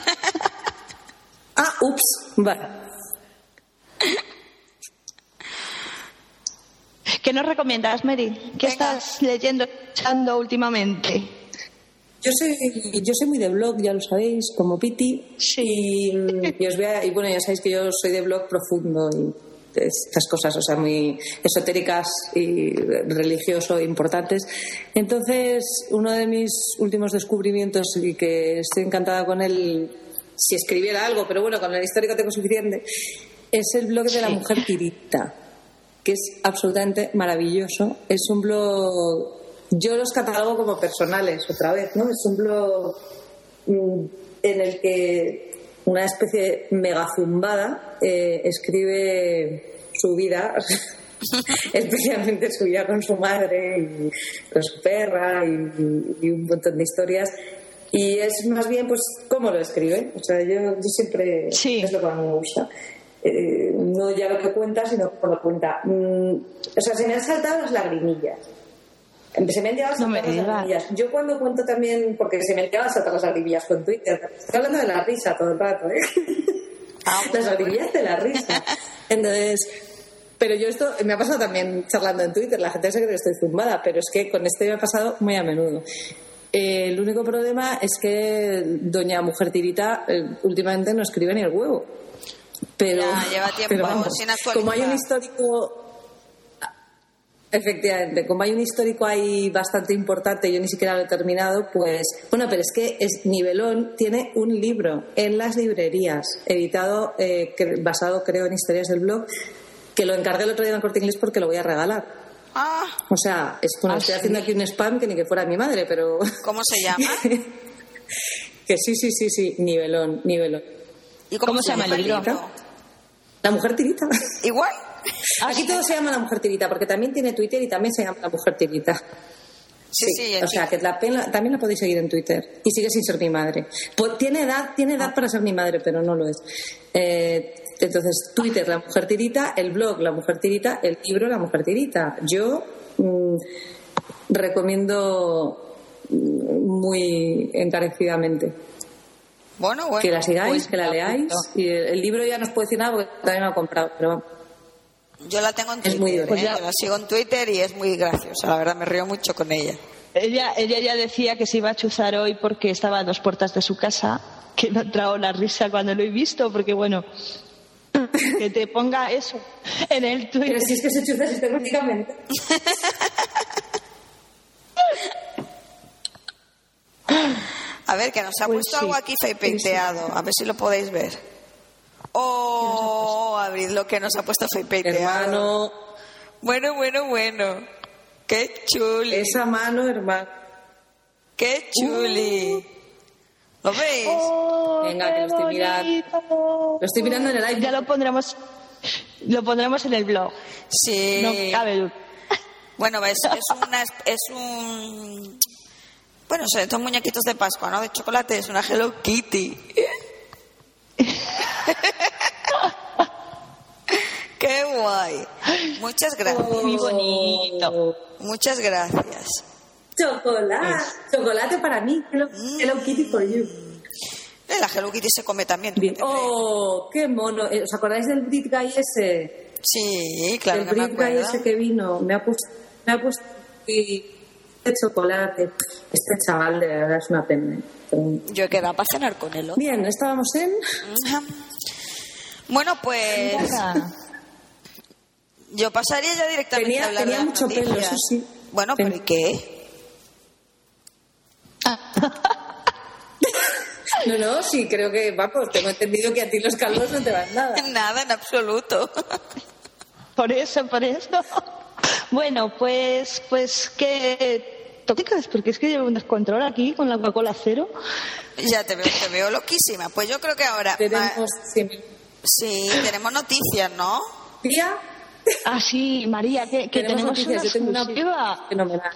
Speaker 3: Ah, ups, vale.
Speaker 2: ¿Qué nos recomiendas, Mary?
Speaker 4: Venga.
Speaker 2: ¿Qué estás leyendo, escuchando últimamente?
Speaker 3: Yo soy, yo soy muy de blog, ya lo sabéis, como Piti. Y, mm, y os voy a- y bueno, ya sabéis que yo soy de blog profundo y estas cosas, o sea, muy esotéricas y religioso importantes. Entonces, uno de mis últimos descubrimientos y que estoy encantada con él, si escribiera algo, pero bueno, con el histórico tengo suficiente, es el blog de la
Speaker 2: Sí.
Speaker 3: mujer pirita, que es absolutamente maravilloso. Es un blog, yo los catalogo como personales, otra vez, ¿no? Es un blog mm, en el que una especie de megazumbada eh, escribe su vida, especialmente su vida con su madre y con su perra y, y un montón de historias. Y es más bien, pues, cómo lo escribe. O sea, yo, yo siempre
Speaker 2: Sí.
Speaker 3: es lo que más me gusta. Eh, no ya lo que cuenta, sino cómo lo cuenta. Mm, o sea, se me han saltado las lagrimillas. Em, Se me han llegado a
Speaker 2: No me
Speaker 3: saltar las
Speaker 2: digas.
Speaker 3: lagrimillas. Yo cuando cuento también, porque se me han llegado a saltar las lagrimillas con Twitter. Estoy hablando de la risa todo el rato, ¿eh?
Speaker 4: Ah,
Speaker 3: las lagrimillas de la risa. Entonces, pero yo esto me ha pasado también charlando en Twitter. La gente se cree que estoy zumbada, pero es que con este me ha pasado muy a menudo. Eh, el único problema es que Doña Mujer Tirita eh, últimamente no escribe ni el huevo. Pero,
Speaker 4: Ya, lleva tiempo
Speaker 3: pero vamos,
Speaker 4: sin actualizar.
Speaker 3: como hay un histórico Efectivamente, como hay un histórico ahí bastante importante, yo ni siquiera lo he terminado, pues bueno, pero es que es Nivelón tiene un libro en las librerías, editado, eh, cre- basado creo en historias del blog, que lo encargué el otro día en el corte inglés porque lo voy a regalar.
Speaker 4: Ah,
Speaker 3: O sea, es, bueno,
Speaker 2: Ah,
Speaker 3: estoy
Speaker 2: sí.
Speaker 3: haciendo aquí un spam que ni que fuera mi madre, pero
Speaker 4: ¿cómo se llama?
Speaker 3: que sí, sí, sí, sí, Nivelón, Nivelón.
Speaker 4: ¿Y
Speaker 2: ¿Cómo se llama el libro?
Speaker 3: La mujer tirita.
Speaker 4: Igual.
Speaker 3: Aquí todo se llama la mujer tirita, porque también tiene Twitter y también se llama la mujer tirita.
Speaker 4: Sí, sí,
Speaker 3: o
Speaker 4: aquí.
Speaker 3: sea, que la pena- también la podéis seguir en Twitter. Y sigue sin ser mi madre. Pues tiene edad, tiene
Speaker 4: Ah.
Speaker 3: edad para ser mi madre, pero no lo es. Eh, entonces, Twitter, La Mujer Tirita, el blog, La Mujer Tirita, el libro, La Mujer Tirita. Yo mm, recomiendo mm, muy encarecidamente
Speaker 4: Bueno, bueno.
Speaker 3: que la sigáis,
Speaker 2: pues,
Speaker 3: que la
Speaker 2: me
Speaker 3: leáis.
Speaker 2: apunto.
Speaker 3: Y el, el libro ya no os puedo decir nada porque también lo he comprado, pero vamos.
Speaker 4: Yo la tengo en
Speaker 3: Es
Speaker 4: Twitter.
Speaker 3: muy Pues divertido.
Speaker 4: ¿eh? Yo la sigo en Twitter y es muy graciosa. La verdad, me río mucho con ella.
Speaker 2: Ella, ella ya decía que se iba a chuzar hoy porque estaba a dos puertas de su casa, que no ha entrado la risa cuando lo he visto, porque bueno, que te ponga eso en el Twitter.
Speaker 3: Pero si es que se chuta sistemáticamente.
Speaker 4: A ver, que nos ha
Speaker 2: Pues
Speaker 4: puesto
Speaker 2: sí,
Speaker 4: algo aquí feipeiteado. A ver si lo podéis ver. Oh, abrid lo que nos ha puesto feipeiteado.
Speaker 3: Hermano,
Speaker 4: Bueno, bueno, bueno. Qué chuli.
Speaker 3: esa mano, hermano.
Speaker 4: Qué chuli.
Speaker 3: Uh.
Speaker 4: ¿Lo veis?
Speaker 3: Oh. Venga, que lo estoy mirando. Lo estoy mirando en el iPhone.
Speaker 2: Ya lo pondremos, lo pondremos en el blog.
Speaker 3: Eh.
Speaker 4: sí.
Speaker 2: No cabe duda.
Speaker 4: Bueno, es, es, una, es un... Bueno, son estos muñequitos de Pascua, ¿no? De chocolate, es una Hello Kitty. ¡Qué guay! Muchas gracias.
Speaker 3: Oh,
Speaker 2: Muy bonito.
Speaker 4: Muchas gracias.
Speaker 3: Chocolate, chocolate para mí. Hello, Hello Kitty for you.
Speaker 4: Eh, La Hello Kitty se come también.
Speaker 3: Bien. Oh, qué mono. Eh, ¿Os acordáis del Brit Guy ese?
Speaker 4: Sí, claro
Speaker 3: el
Speaker 4: que me
Speaker 3: Brit Guy
Speaker 4: acuerdo.
Speaker 3: ese que vino. Me ha puesto, me ha puesto y
Speaker 5: chocolate. Este chaval de verdad es una pena.
Speaker 4: Yo he quedado para cenar con él. ¿o?
Speaker 3: ¿eh? Bien, estábamos en.
Speaker 4: Bueno, pues
Speaker 2: Venga.
Speaker 4: yo pasaría ya directamente
Speaker 3: Tenía-
Speaker 4: a hablar de
Speaker 3: tenía
Speaker 4: las
Speaker 3: mucho pelo,
Speaker 4: noticias.
Speaker 3: eso sí.
Speaker 4: Bueno, pero ¿y
Speaker 3: Ten-
Speaker 4: qué?
Speaker 3: No, no, sí, creo que, vamos, tengo entendido que a ti los calvos no te van nada.
Speaker 4: Nada en absoluto.
Speaker 2: Por eso, por eso. Bueno, pues, pues que tóxicas, porque es que llevo un descontrol aquí con la Coca-Cola cero.
Speaker 4: ya te veo, te veo loquísima. Pues yo creo que ahora...
Speaker 3: Tenemos
Speaker 4: ma-
Speaker 3: siempre-
Speaker 4: Sí, tenemos noticias, ¿no?
Speaker 3: Tía,
Speaker 2: Ah, sí, María, que, que
Speaker 3: tenemos
Speaker 2: tenemos,
Speaker 3: noticias, yo tengo
Speaker 2: una
Speaker 3: una
Speaker 2: exclusiva.
Speaker 3: fenomenal.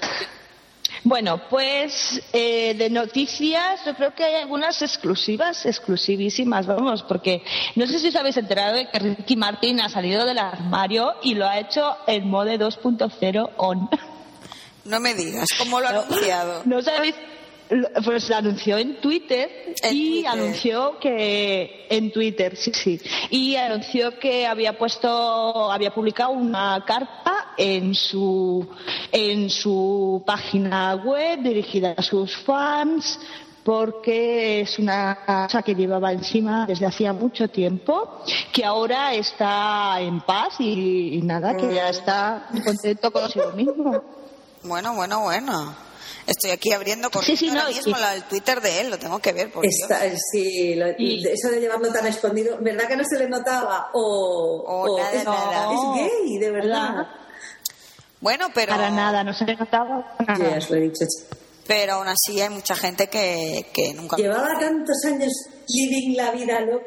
Speaker 2: Bueno, pues eh, de noticias yo creo que hay algunas exclusivas, exclusivísimas, vamos, porque no sé si os habéis enterado de que Ricky Martin ha salido del armario y lo ha hecho en mode 2.0 on.
Speaker 4: No me digas, ¿cómo lo ha anunciado?
Speaker 2: No sabéis, lo- pues lo anunció en Twitter
Speaker 4: En
Speaker 2: y
Speaker 4: Twitter.
Speaker 2: anunció que en Twitter, sí, sí, y anunció que había puesto, había publicado una carta en su en su página web dirigida a sus fans porque es una cosa que llevaba encima desde hacía mucho tiempo, que ahora está en paz y, y nada, que ya está contento consigo mismo.
Speaker 4: Bueno, bueno, bueno. Estoy aquí abriendo con
Speaker 2: Sí, sí, no,
Speaker 4: ahora
Speaker 2: y-
Speaker 4: mismo la- el Twitter de él, lo tengo que ver. Por Dios.
Speaker 3: Está, eh, sí, lo-
Speaker 2: Y-
Speaker 3: eso de llevarlo tan escondido, ¿verdad que no se le notaba? O,
Speaker 4: O nada,
Speaker 3: es,
Speaker 4: nada.
Speaker 3: es gay, de verdad.
Speaker 4: Bueno, pero,
Speaker 2: Para nada, no se le notaba nada.
Speaker 3: Ya os lo he dicho. ch-
Speaker 4: pero aún así hay mucha gente que, que nunca...
Speaker 3: Llevaba tantos años living la vida loca.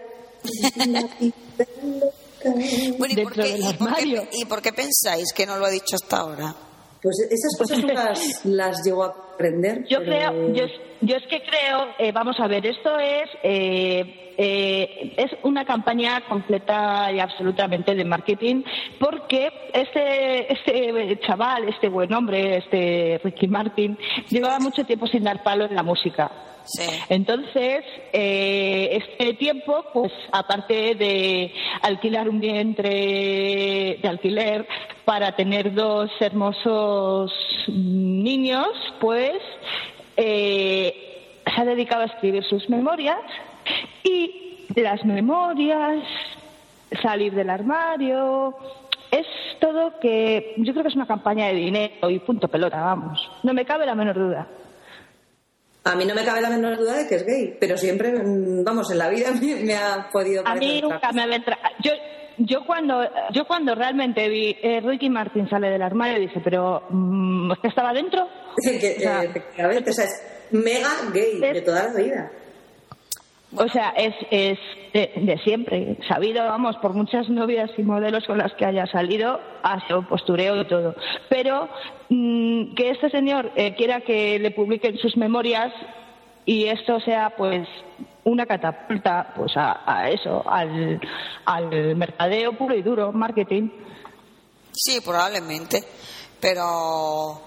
Speaker 4: Bueno, ¿y, por
Speaker 2: dentro
Speaker 4: qué,
Speaker 2: del
Speaker 4: y por qué-
Speaker 2: armario.
Speaker 4: y por qué pensáis que no lo ha dicho hasta ahora?
Speaker 3: Pues esas cosas no las, las llevo a aprender.
Speaker 2: Yo
Speaker 3: pero-
Speaker 2: creo, yo, yo es que creo, eh, vamos a ver, esto es eh, eh, es una campaña completa y absolutamente de marketing, porque este este chaval, este buen hombre, este Ricky Martin, llevaba mucho tiempo sin dar palo en la música.
Speaker 4: Sí.
Speaker 2: Entonces, eh, este tiempo, pues aparte de alquilar un vientre de alquiler para tener dos hermosos niños, pues eh, se ha dedicado a escribir sus memorias y las memorias, salir del armario, es todo que yo creo que es una campaña de dinero y punto pelota, vamos. No me cabe la menor duda.
Speaker 3: A mí no me cabe la menor duda de que es gay, pero siempre, mm, vamos, en la vida me, me ha podido
Speaker 2: A mí
Speaker 3: parecer
Speaker 2: nunca
Speaker 3: otra
Speaker 2: me había entra- Yo, yo, cuando, yo cuando realmente vi eh, Ricky Martin sale del armario, dije, pero mm, ¿es que estaba dentro?
Speaker 3: cosa. Que, eh,
Speaker 2: O sea,
Speaker 3: efectivamente, o sea, es mega gay de toda la vida.
Speaker 2: O sea, es, es de, de siempre, sabido, vamos, por muchas novias y modelos con las que haya salido, ha sido postureo y todo. Pero mm, que este señor eh, quiera que le publiquen sus memorias y esto sea, pues, una catapulta, pues, a, a eso, al, al mercadeo puro y duro, marketing.
Speaker 4: Sí, probablemente. Pero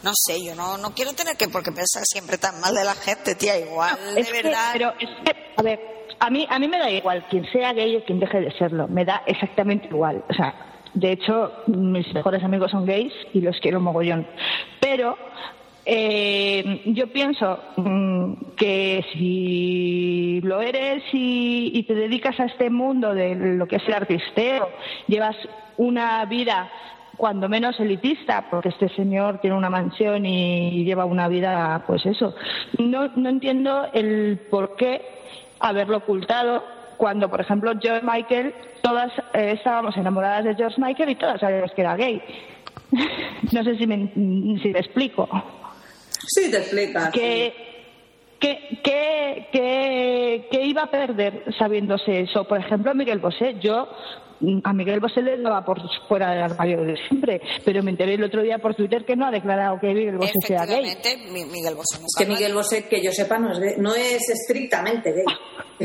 Speaker 4: no sé, yo no, no quiero tener que porque pensar siempre tan mal de la gente, tía. Igual,
Speaker 2: Es
Speaker 4: de
Speaker 2: que-
Speaker 4: verdad.
Speaker 2: pero es que, a ver, a mí, a mí me da igual quien sea gay o quien deje de serlo, me da exactamente igual. O sea, de hecho, mis mejores amigos son gays y los quiero mogollón. Pero eh, yo pienso mm, que si lo eres y, y te dedicas a este mundo de lo que es el artisteo, llevas una vida cuando menos elitista, porque este señor tiene una mansión y lleva una vida, pues eso. No, no entiendo el por qué haberlo ocultado cuando, por ejemplo, George Michael, todas eh, estábamos enamoradas de George Michael y todas sabíamos que era gay. no sé si me, si me explico.
Speaker 3: Sí, te explicas.
Speaker 2: Que, que, que, que- que iba a perder sabiéndose eso. Por ejemplo, Miguel Bosé, yo mm, a Miguel Bosé le daba por fuera del armario de siempre, pero me enteré el otro día por Twitter que no ha declarado que Miguel Bosé sea gay.
Speaker 4: efectivamente, Mi- Miguel Bosé nunca
Speaker 3: Es que
Speaker 4: lo ha
Speaker 3: Miguel Bosé, que yo sepa, no es, gay- no es estrictamente gay.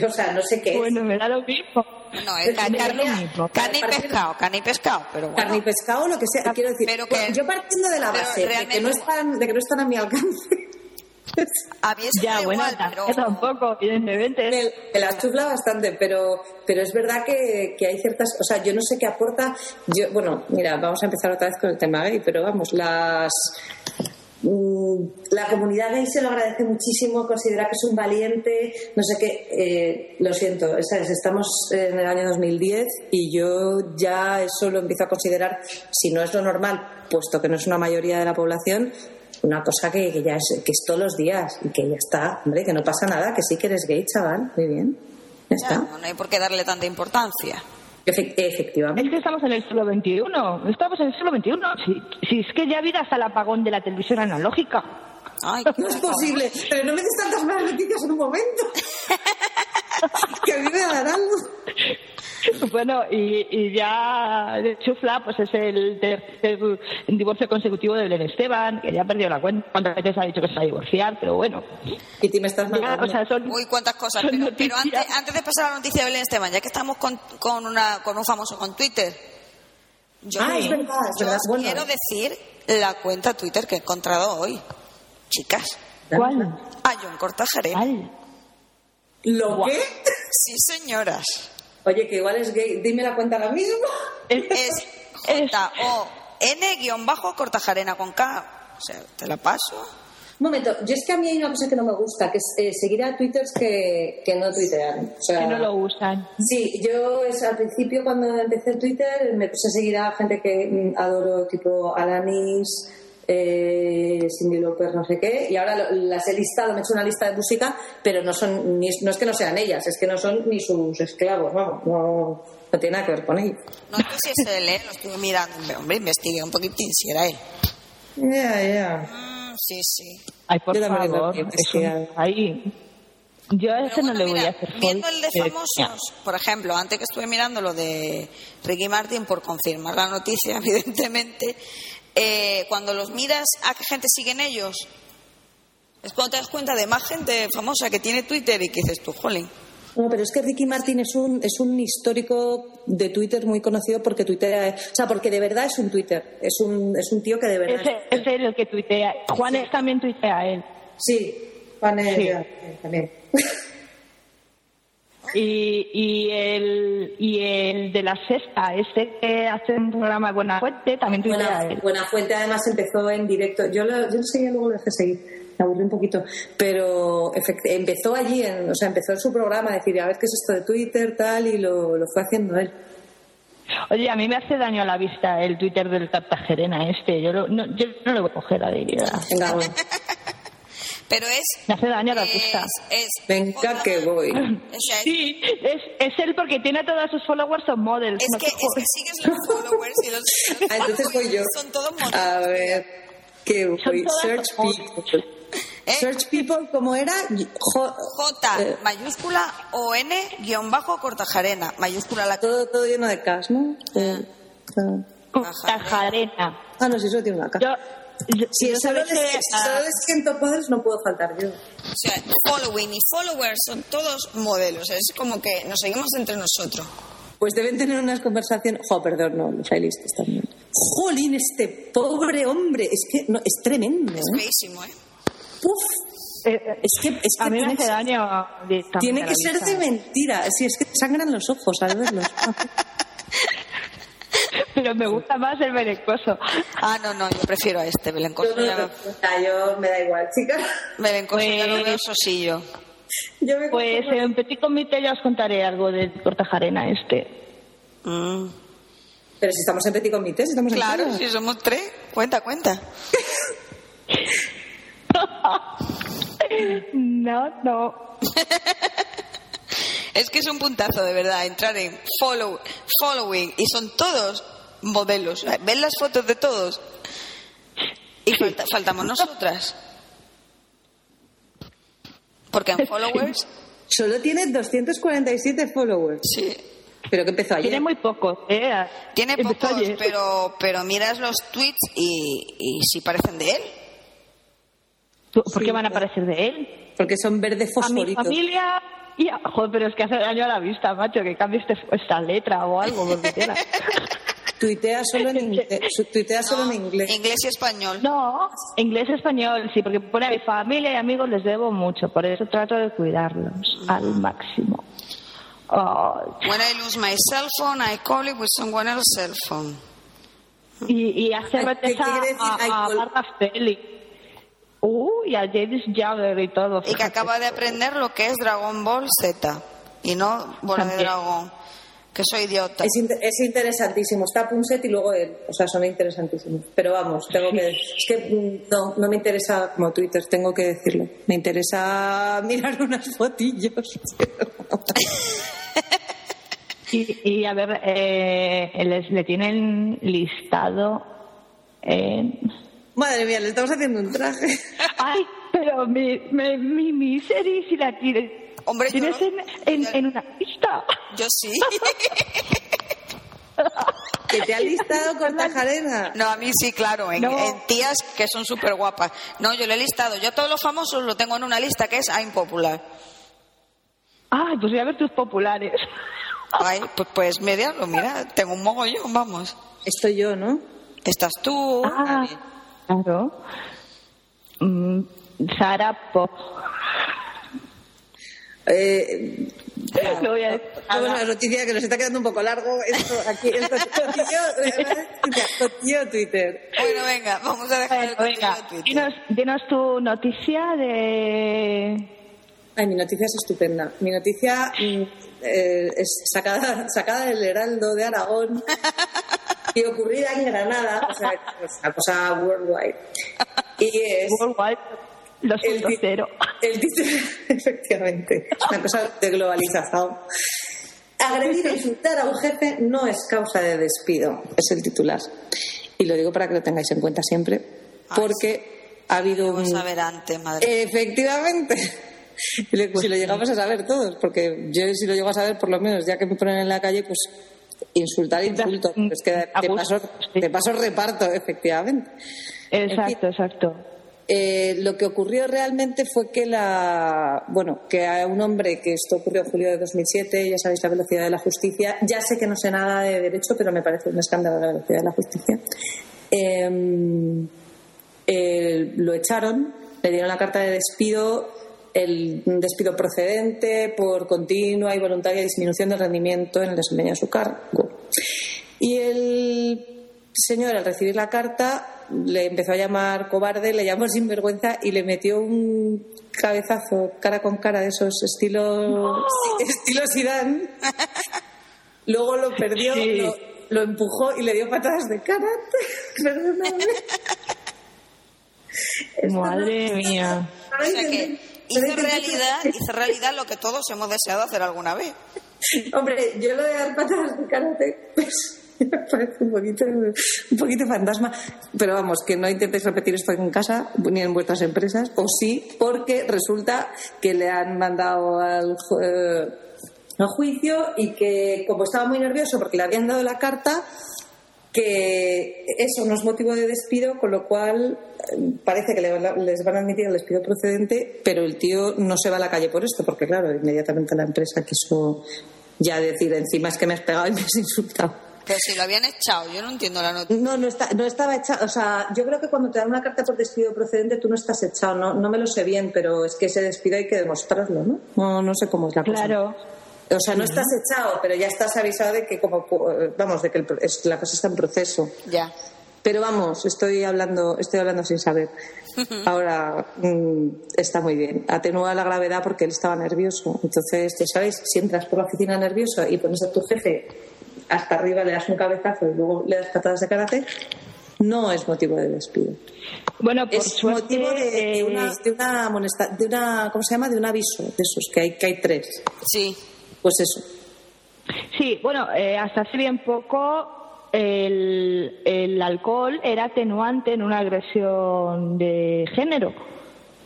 Speaker 3: O sea, no sé qué es.
Speaker 2: Bueno, me da lo mismo.
Speaker 4: dicho. No, es can,
Speaker 2: me da lo
Speaker 4: carne-
Speaker 2: mismo.
Speaker 4: carne y
Speaker 3: Parece-
Speaker 4: pescado, carne y pescado, pero bueno.
Speaker 3: Carne y pescado, lo que sea. Quiero decir,
Speaker 4: Pero que-
Speaker 3: yo partiendo de la
Speaker 4: pero
Speaker 3: base de
Speaker 4: realmente-
Speaker 3: que, no están, de que no están a mi alcance,
Speaker 4: A mí eso me
Speaker 2: Ya,
Speaker 4: da
Speaker 2: bueno,
Speaker 4: igual, pero.
Speaker 2: tampoco, tampoco, evidentemente.
Speaker 3: me, me la chufla bastante, pero, pero es verdad que, que hay ciertas. O sea, yo no sé qué aporta. Yo, bueno, mira, vamos a empezar otra vez con el tema gay, pero vamos, las. mm, la comunidad gay se lo agradece muchísimo, considera que es un valiente, no sé qué. Eh, lo siento, ¿sabes? estamos en el año 2010 y yo ya eso lo empiezo a considerar, si no es lo normal, puesto que no es una mayoría de la población, una cosa que, que ya es, que es todos los días y que ya está, hombre, que no pasa nada, que sí que eres gay, chaval, muy bien. Ya
Speaker 4: Ya,
Speaker 3: está.
Speaker 4: no, no hay por qué darle tanta importancia.
Speaker 3: Efe- efectivamente.
Speaker 2: Es que estamos en el siglo XXI. Estamos en el siglo XXI. Si, si es que ya vida hasta el apagón de la televisión analógica.
Speaker 4: Ay,
Speaker 3: No es posible, pero no me des tantas malas noticias en un momento. que a mí me darán
Speaker 2: Bueno, y, y ya de chufla, pues es el tercer divorcio consecutivo de Belén Esteban, que ya perdió la cuenta. ¿Cuántas veces ha dicho que se va a divorciar? Pero bueno.
Speaker 3: Kitty, me estás
Speaker 2: Ya,
Speaker 3: matando.
Speaker 2: o sea, son,
Speaker 4: Uy, cuántas cosas.
Speaker 2: son
Speaker 4: Pero, pero
Speaker 2: noticias.
Speaker 4: antes, antes de pasar a la noticia de Belén Esteban, ya que estamos con, con, una, con un famoso con Twitter, yo,
Speaker 3: Ah, es verdad, es
Speaker 4: yo
Speaker 3: verdad,
Speaker 4: os
Speaker 3: bueno.
Speaker 4: quiero decir la cuenta Twitter que he encontrado hoy. Chicas,
Speaker 2: ¿Cuál?
Speaker 4: a John Cortajarena.
Speaker 2: ¿Cuál?
Speaker 3: ¿Lo qué?
Speaker 4: Sí, señoras.
Speaker 3: Oye, que igual es gay. Dime la cuenta ahora mismo.
Speaker 4: Es
Speaker 2: Es-
Speaker 4: J-O-N-Cortajarena con K. O sea, te la paso.
Speaker 3: Un momento, yo es que a mí hay una cosa que no me gusta, que es eh, seguir a twitters que, que no tuitean. O sea,
Speaker 2: que no lo usan.
Speaker 3: Sí, yo es, al principio cuando empecé en Twitter me puse a seguir a gente que mm, adoro, tipo Alanis, eh, Cindy López, no sé qué, y ahora lo- las he listado, me he hecho una lista de música, pero no son ni- no es que no sean ellas, es que no son ni sus esclavos, vamos, no, no tiene nada que ver con ellos.
Speaker 4: No sé si es él, ¿eh? Lo estuve mirando. Hombre, investigué un poquitín si era él.
Speaker 3: Ya, ya.
Speaker 4: Mm, sí, sí.
Speaker 2: Ay, por
Speaker 3: Yo también lo
Speaker 2: favor.
Speaker 3: creo que
Speaker 2: es un-
Speaker 3: sea.
Speaker 2: Ay, yo a
Speaker 4: Pero
Speaker 2: ese no
Speaker 4: bueno,
Speaker 2: le voy
Speaker 4: mira,
Speaker 2: a hacer fol-
Speaker 4: Viendo el de
Speaker 2: eh,
Speaker 4: famosos, por ejemplo, antes que estuve mirando lo de Ricky Martin por confirmar la noticia, evidentemente, eh, cuando los miras, ¿a qué gente siguen ellos? Es cuando te das cuenta de más gente famosa que tiene Twitter y que dices tú, jolín.
Speaker 3: No, pero es que Ricky Martin es un, es un histórico de Twitter muy conocido porque Twitter, o sea, porque de verdad es un Twitter, es un, es un tío que de verdad.
Speaker 2: Ese es el que tuitea. Juanes también tuitea él.
Speaker 3: Sí, Juan es-
Speaker 2: Sí.
Speaker 3: también.
Speaker 2: Y, y, el, y el de la sexta, este que hace un programa de buena fuente, también tuitea
Speaker 3: Buena,
Speaker 4: eh.
Speaker 2: él.
Speaker 3: Buena Fuente además empezó en directo. Yo, lo, yo enseguida luego lo dejé seguir, me aburrí un poquito. Pero efect- empezó allí, en- o sea, empezó en su programa a decir, a ver qué es esto de Twitter, tal, y lo, lo fue haciendo él.
Speaker 2: Oye, a mí me hace daño a la vista el Twitter del Cartagerena este. Yo, lo- no, yo no lo voy a coger a dignidad.
Speaker 3: Venga, bueno.
Speaker 4: Pero es.
Speaker 2: Me hace daño a la
Speaker 4: es-
Speaker 2: vista.
Speaker 4: es-
Speaker 3: Venga, que voy.
Speaker 4: o sea, es-
Speaker 2: Sí, es, es él porque tiene a todas sus followers son models.
Speaker 4: Es
Speaker 2: no
Speaker 4: que,
Speaker 2: te
Speaker 4: es que
Speaker 2: jodes.
Speaker 4: sigues los followers y los.
Speaker 3: Ah, entonces voy yo. Ah,
Speaker 4: Son todos monos.
Speaker 3: A ver, que voy.
Speaker 2: Son todas
Speaker 3: Search
Speaker 2: como-
Speaker 3: people.
Speaker 4: ¿Eh?
Speaker 3: Search people, ¿cómo era? Jo- eh,
Speaker 4: J mayúscula o N guión bajo Cortajarena. Mayúscula la
Speaker 3: todo, todo lleno de cas, ¿no? Eh, eh.
Speaker 2: Cartagerena.
Speaker 3: Ah, no, si solo tiene una K.
Speaker 2: Yo, yo-
Speaker 3: Si
Speaker 2: yo
Speaker 3: solo
Speaker 2: sabes
Speaker 3: les,
Speaker 2: que,
Speaker 3: si
Speaker 2: ah,
Speaker 3: solo les siento padres, no puedo faltar yo.
Speaker 4: O sea, following y followers son todos modelos. Es como que nos seguimos entre nosotros.
Speaker 3: Pues deben tener unas conversaciones. Jo, perdón, no, los listos también. Jolín, este pobre hombre, es que no, es tremendo, ¿eh?
Speaker 4: Feísimo, ¿eh?
Speaker 3: Puf,
Speaker 2: eh,
Speaker 3: es que, es que
Speaker 2: a mí me
Speaker 3: tiene,
Speaker 2: hace daño. de- también
Speaker 3: este tiene
Speaker 2: a la
Speaker 3: que ser
Speaker 2: vista.
Speaker 3: de mentira. Si es que te sangran los ojos al verlos.
Speaker 2: Pero me gusta más el merencoso.
Speaker 4: Ah, no, no, yo prefiero a este, Belencoso. ya,
Speaker 3: yo me da igual, chica.
Speaker 4: Belencoso ya lo
Speaker 2: Pues-
Speaker 4: veo sosillo.
Speaker 3: Yo me
Speaker 2: Pues
Speaker 3: conformo.
Speaker 2: en Petit Comité ya os contaré algo del Cortajarena este.
Speaker 4: Mm.
Speaker 3: Pero si estamos en petit comité, si estamos en
Speaker 4: Claro,
Speaker 3: Twitter.
Speaker 4: si somos tres, cuenta, cuenta.
Speaker 2: No, no.
Speaker 4: Es que es un puntazo, de verdad, entrar en follow, following y son todos modelos. ¿Ven las fotos de todos? Y falta- faltamos nosotras. Porque en followers,
Speaker 3: Solo tiene 247 followers.
Speaker 4: sí.
Speaker 3: Pero que empezó ayer.
Speaker 2: Tiene muy poco, ¿eh?
Speaker 4: Tiene
Speaker 2: Empezó
Speaker 4: pocos,
Speaker 2: ayer.
Speaker 4: pero, pero miras los tweets y, y si parecen de él.
Speaker 2: ¿Tú- ¿Por qué van a aparecer de él?
Speaker 3: Porque son verdes
Speaker 2: A mi
Speaker 3: fosforitos.
Speaker 2: familia. Y a- joder, pero es que hace daño a la vista, macho, que cambie este- esta letra o algo, porque tela.
Speaker 3: Tuitea solo en inglés. su- Tuitea solo en inglés.
Speaker 4: Inglés y español.
Speaker 2: No, inglés-español, sí, porque pone a mi familia y amigos les debo mucho, por eso trato de cuidarlos al máximo. Oh,
Speaker 4: When I lose my cell phone, I call it with someone else's cell phone.
Speaker 2: y, y hace
Speaker 3: Ay, ¿qué
Speaker 2: retes a,
Speaker 3: quiere decir? Ay,
Speaker 2: a, a
Speaker 3: col-
Speaker 2: Marta Feli. Uh, y a James Jagger y todo.
Speaker 4: Y que
Speaker 2: fíjate.
Speaker 4: acaba de aprender lo que es Dragon Ball Z. Y no Bola de
Speaker 2: También.
Speaker 4: Dragón. Que soy idiota.
Speaker 3: Es, inte- es interesantísimo. Está Punset y luego él. O sea, son interesantísimos. Pero vamos, tengo que. Es que mm, no, no me interesa como Twitter, tengo que decirlo. Me interesa mirar unas fotillos.
Speaker 2: Y, y a ver, eh, les- le tienen listado en...
Speaker 3: Madre mía, le estamos haciendo un traje.
Speaker 2: Ay, pero mi, mi, mi misery si la tienes,
Speaker 4: Hombre, yo
Speaker 2: tienes
Speaker 4: no-
Speaker 2: en, en, en una lista.
Speaker 4: Yo sí.
Speaker 3: Que te ha listado Cortajarena.
Speaker 4: No, a mí sí, claro. En,
Speaker 2: No.
Speaker 4: en tías que son súper guapas. No, yo lo he listado. Yo a todos los famosos lo tengo en una lista que es a impopular.
Speaker 2: Ay, pues voy a ver tus populares.
Speaker 4: Ay, pues, pues mediarlo, mira. Tengo un mogollón, vamos.
Speaker 3: Estoy yo, ¿no?
Speaker 4: Estás tú.
Speaker 2: Ah, claro. Mm, Sara Pop.
Speaker 3: Eh,
Speaker 2: No voy a decir
Speaker 3: vamos
Speaker 2: nada.
Speaker 3: a la noticia que nos está quedando un poco largo. Esto aquí, esto fotillo, fotillo Twitter.
Speaker 4: Bueno, venga, vamos a dejar
Speaker 2: Bueno,
Speaker 4: el contenido
Speaker 2: venga,
Speaker 4: de Twitter.
Speaker 2: dinos, dinos tu noticia de...
Speaker 3: Ay, mi noticia es estupenda. Mi noticia mm, eh, es sacada, sacada del Heraldo de Aragón y ocurrida en Granada, o sea, es una cosa worldwide. Y es
Speaker 2: Worldwide
Speaker 3: el, ti-
Speaker 2: 2.0.
Speaker 3: el título, efectivamente, es una cosa de globalización. Agredir e insultar a un jefe no es causa de despido, es el titular. Y lo digo para que lo tengáis en cuenta siempre,
Speaker 4: Ah,
Speaker 3: porque ha habido un...
Speaker 4: Vamos a ver antes, madre.
Speaker 3: Efectivamente. Le- si lo llegamos a saber todos, porque yo si lo llego a saber, por lo menos, ya que me ponen en la calle, pues insultar, insulto. Pues que de
Speaker 2: Abuso,
Speaker 3: paso,
Speaker 2: sí.
Speaker 3: de paso reparto, efectivamente.
Speaker 2: Exacto, exacto.
Speaker 3: Eh, lo que ocurrió realmente fue que la bueno que a un hombre que esto ocurrió en julio de 2007 ya sabéis la velocidad de la justicia ya sé que no sé nada de derecho pero me parece un escándalo la velocidad de la justicia Eh, eh, lo echaron le dieron la carta de despido el un despido procedente por continua y voluntaria disminución del rendimiento en el desempeño de su cargo y el señor, al recibir la carta, le empezó a llamar cobarde, le llamó sinvergüenza y le metió un cabezazo cara con cara de esos estilo, estilo Zidane. Luego lo perdió,
Speaker 2: Sí.
Speaker 3: lo, lo empujó y le dio patadas de cara. Perdóname.
Speaker 2: Madre mía.
Speaker 3: Mm.
Speaker 4: O sea que hizo realidad, hizo realidad lo que todos hemos deseado hacer alguna vez.
Speaker 3: Hombre, yo lo de dar patadas de karate, pues, me parece un poquito, un poquito fantasma. Pero vamos, que no intentéis repetir esto en casa ni en vuestras empresas, o sí, porque resulta que le han mandado al, ju- eh, al juicio y que, como estaba muy nervioso porque le habían dado la carta, que eso no es motivo de despido, con lo cual eh, parece que le van a- les van a admitir el despido procedente, pero el tío no se va a la calle por esto, porque claro, inmediatamente la empresa quiso ya decir encima es que me has pegado y me has insultado.
Speaker 4: Pero si lo habían echado, yo no entiendo la noticia.
Speaker 3: No, no, está, no estaba echado. O sea, yo creo que cuando te dan una carta por despido procedente tú no estás echado. No, no me lo sé bien, pero es que ese despido hay que demostrarlo, ¿no? No, no sé cómo es la cosa.
Speaker 2: Claro.
Speaker 3: O sea, no estás echado, pero ya estás avisado de que como eh, vamos, de que el pro- es- la cosa está en proceso.
Speaker 4: Ya.
Speaker 3: Pero vamos, estoy hablando, estoy hablando sin saber. Ahora mm, está muy bien. Atenúa la gravedad porque él estaba nervioso. Entonces, ya sabéis, si entras por la oficina nervioso y pones a tu jefe hasta arriba, le das un cabezazo y luego le das patadas de karate, no es motivo de despido.
Speaker 2: Bueno, por
Speaker 3: es
Speaker 2: suerte...
Speaker 3: motivo de, de
Speaker 2: eh,
Speaker 3: una, de una amonesta- de una, ¿cómo se llama? De un aviso de esos, que hay, que hay tres.
Speaker 4: Sí.
Speaker 3: Pues eso.
Speaker 2: Sí, bueno, eh, hasta hace bien poco el, el alcohol era atenuante en una agresión de género.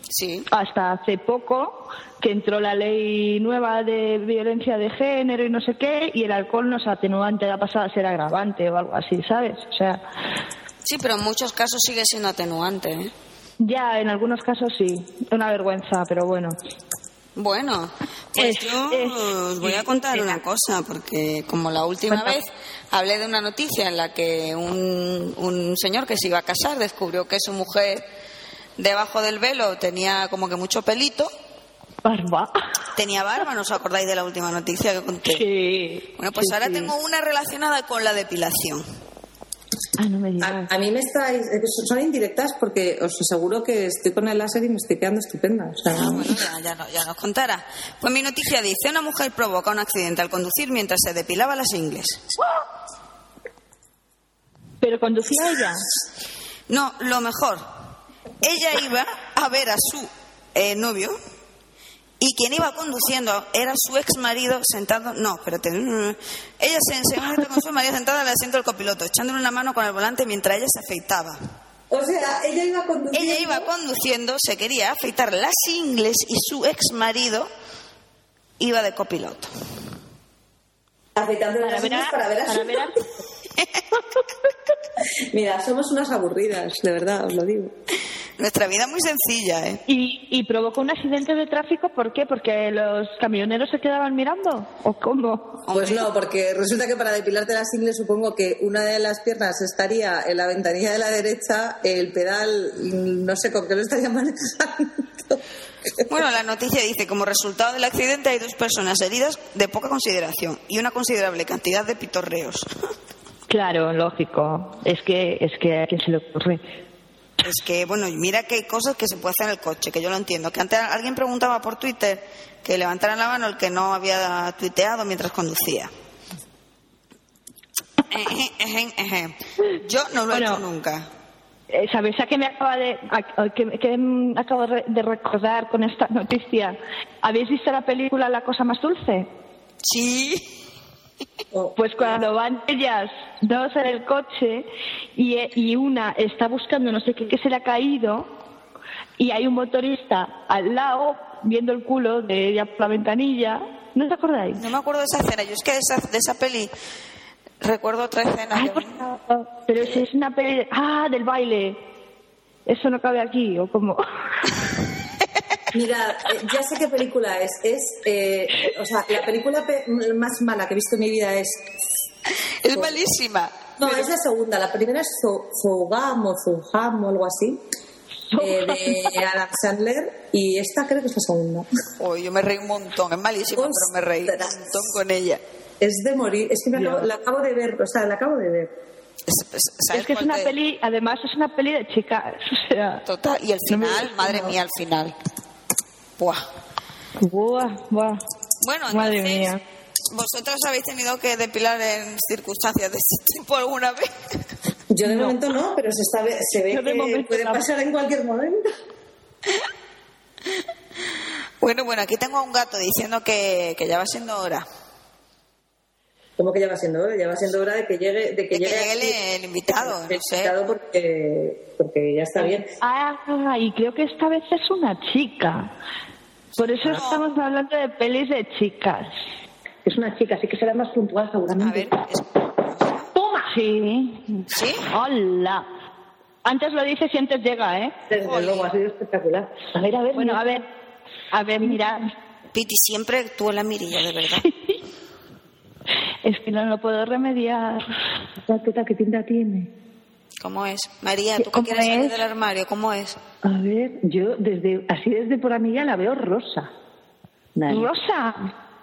Speaker 4: Sí.
Speaker 2: Hasta hace poco que entró la ley nueva de violencia de género y no sé qué, y el alcohol no es atenuante, la pasada a ser agravante o algo así, ¿sabes? O sea,
Speaker 4: Sí, pero en muchos casos sigue siendo atenuante. ¿eh?
Speaker 2: ya en algunos casos sí, una vergüenza, pero bueno.
Speaker 4: Bueno, pues
Speaker 2: Es-
Speaker 4: yo
Speaker 2: es-
Speaker 4: os voy a contar una cosa, porque como la última
Speaker 2: Cuéntame.
Speaker 4: vez hablé de una noticia en la que un, un señor que se iba a casar descubrió que su mujer debajo del velo tenía como que mucho pelito,
Speaker 2: Barba.
Speaker 4: tenía barba, ¿no os acordáis de la última noticia que conté?
Speaker 2: Sí.
Speaker 4: Bueno, pues
Speaker 2: Sí,
Speaker 4: ahora
Speaker 2: sí.
Speaker 4: tengo una relacionada con la depilación.
Speaker 2: Ah, no me
Speaker 3: A,
Speaker 2: digas.
Speaker 3: a mí me estáis. eh, Son indirectas porque os aseguro que estoy con el láser y me estoy quedando estupenda. O sea,
Speaker 4: Ah, bueno, ya, ya no- ya nos contará. Pues mi noticia dice, una mujer provoca un accidente al conducir mientras se depilaba las ingles.
Speaker 2: Pero conducía ella.
Speaker 4: No, lo mejor. Ella iba a ver a su eh, novio y quien iba conduciendo era su ex marido sentado. No, espérate. Ella se enseñó con su marido sentada en el asiento del copiloto, echándole una mano con el volante mientras ella se afeitaba.
Speaker 3: o sea ella iba conduciendo.
Speaker 4: Ella iba conduciendo, se quería afeitar las ingles y su ex marido iba de copiloto.
Speaker 3: afeitando las uñas para ver a su- Mira, somos unas aburridas, de verdad, os lo digo.
Speaker 4: Nuestra vida es muy sencilla, ¿eh?
Speaker 2: Y, y provocó un accidente de tráfico, ¿por qué? ¿Porque los camioneros se quedaban mirando? ¿O cómo?
Speaker 3: Pues no, porque resulta que para depilarte las ingles supongo que una de las piernas estaría en la ventanilla de la derecha, el pedal mm, no sé con qué lo estaría manejando.
Speaker 4: Bueno, la noticia dice, como resultado del accidente hay dos personas heridas de poca consideración y una considerable cantidad de pitorreos.
Speaker 2: Claro, lógico. Es que, es que a quién se le ocurre.
Speaker 4: Es que, bueno, y mira que hay cosas que se puede hacer en el coche, que yo lo entiendo. Que antes alguien preguntaba por Twitter que levantaran la mano el que no había tuiteado mientras conducía. Ejem, ejem, ejem. Yo no lo he
Speaker 2: Bueno.
Speaker 4: hecho nunca.
Speaker 2: Eh, ¿Sabéis a qué me acaba de, a- a qué- qué me acabo de re- de recordar con esta noticia? ¿Habéis visto la película La cosa más dulce?
Speaker 4: Sí.
Speaker 2: Pues cuando van ellas dos en el coche y, e- y una está buscando no sé qué que se le ha caído y hay un motorista al lado viendo el culo de ella por la ventanilla, ¿no os acordáis?
Speaker 4: No me acuerdo de esa escena. Yo es que de esa, de esa peli recuerdo otra escena.
Speaker 2: Ay,
Speaker 4: que-
Speaker 2: por favor, pero si es una peli... Ah, del baile. Eso no cabe aquí, ¿o cómo?
Speaker 3: Mira, eh, ya sé qué película es. Es, eh, o sea, la película pe- m- más mala que he visto en mi vida es.
Speaker 4: Es malísima.
Speaker 3: No, es la segunda. La primera es Zo- Zogamo, Zogamo, algo así, eh, de Adam Sandler. Y esta creo que es la segunda.
Speaker 4: Uy, yo me reí un montón. Es malísima, pero me reí un
Speaker 3: Ostras.
Speaker 4: montón con ella.
Speaker 3: Es de morir. Es que me acabo- la acabo de ver, o sea, la acabo de ver.
Speaker 4: Es- es- ¿sabes
Speaker 2: Es que es
Speaker 4: cuál
Speaker 2: una
Speaker 4: te-
Speaker 2: peli, además es una peli de chicas, o sea...
Speaker 4: Total. Y el
Speaker 2: no me-
Speaker 4: final, madre mía, al final. Buah.
Speaker 2: Buah, buah.
Speaker 4: Bueno,
Speaker 2: Madre
Speaker 4: entonces,
Speaker 2: mía.
Speaker 4: ¿vosotros habéis tenido que depilar en circunstancias de ese tipo alguna vez?
Speaker 3: Yo de momento no, pero se, está, ve- se ve
Speaker 2: Yo de
Speaker 3: que
Speaker 2: momento
Speaker 3: puede
Speaker 2: tampoco.
Speaker 3: pasar en cualquier momento.
Speaker 4: Bueno, bueno, aquí tengo a un gato diciendo que, que ya va siendo hora.
Speaker 3: ¿Cómo que ya va siendo hora? Ya va siendo hora de que llegue, de que
Speaker 4: De que
Speaker 3: llegue,
Speaker 4: llegue el-
Speaker 3: aquí
Speaker 4: el invitado, no
Speaker 3: el
Speaker 4: sé.
Speaker 3: invitado porque, porque ya está bien.
Speaker 2: Ah, y creo que esta vez es una chica. Por eso estamos hablando de pelis de chicas.
Speaker 6: Es una chica, así que será más puntual
Speaker 4: A
Speaker 6: seguramente.
Speaker 4: ver, es-
Speaker 2: ¡Toma! Sí.
Speaker 4: ¿sí?
Speaker 2: ¡Hola! Antes lo dices y antes llega, ¿eh?
Speaker 6: Desde
Speaker 4: Jolín.
Speaker 6: luego, ha sido espectacular. A ver, a ver.
Speaker 2: Bueno,
Speaker 6: mira.
Speaker 2: a ver, a ver, mirad.
Speaker 4: Piti, siempre tú en la mirilla, de verdad.
Speaker 2: Es que no lo puedo remediar.
Speaker 6: Total, total, ¿Qué tinta tiene?
Speaker 4: ¿Cómo es? María, ¿tú que
Speaker 2: ¿Cómo
Speaker 4: quieres salir
Speaker 2: es?
Speaker 4: del armario? ¿Cómo es?
Speaker 6: A ver, yo desde así desde por amiga la veo rosa. Nada.
Speaker 2: ¡Rosa!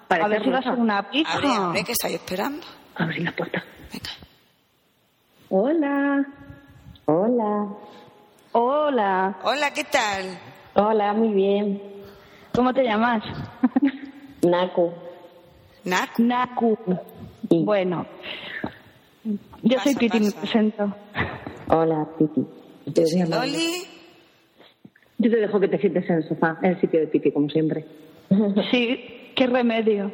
Speaker 6: Parece
Speaker 2: a ver si vas
Speaker 6: rosa.
Speaker 2: a hacer una pizza.
Speaker 4: Abre, abre, que estáis esperando.
Speaker 6: Abrir la puerta.
Speaker 4: Venga.
Speaker 6: Hola. Hola.
Speaker 2: ¡Hola!
Speaker 4: Hola, ¿qué tal?
Speaker 6: Hola, muy bien.
Speaker 2: ¿Cómo te llamas?
Speaker 6: Naco.
Speaker 4: Naco.
Speaker 2: Naku. Bueno, yo soy
Speaker 4: Pasa,
Speaker 2: Piti, me
Speaker 4: pasa.
Speaker 2: presento.
Speaker 6: Hola, Titi.
Speaker 4: Loli.
Speaker 6: Yo te dejo que te sientes en el sofá, en el sitio de Titi, como siempre.
Speaker 2: Sí, qué remedio.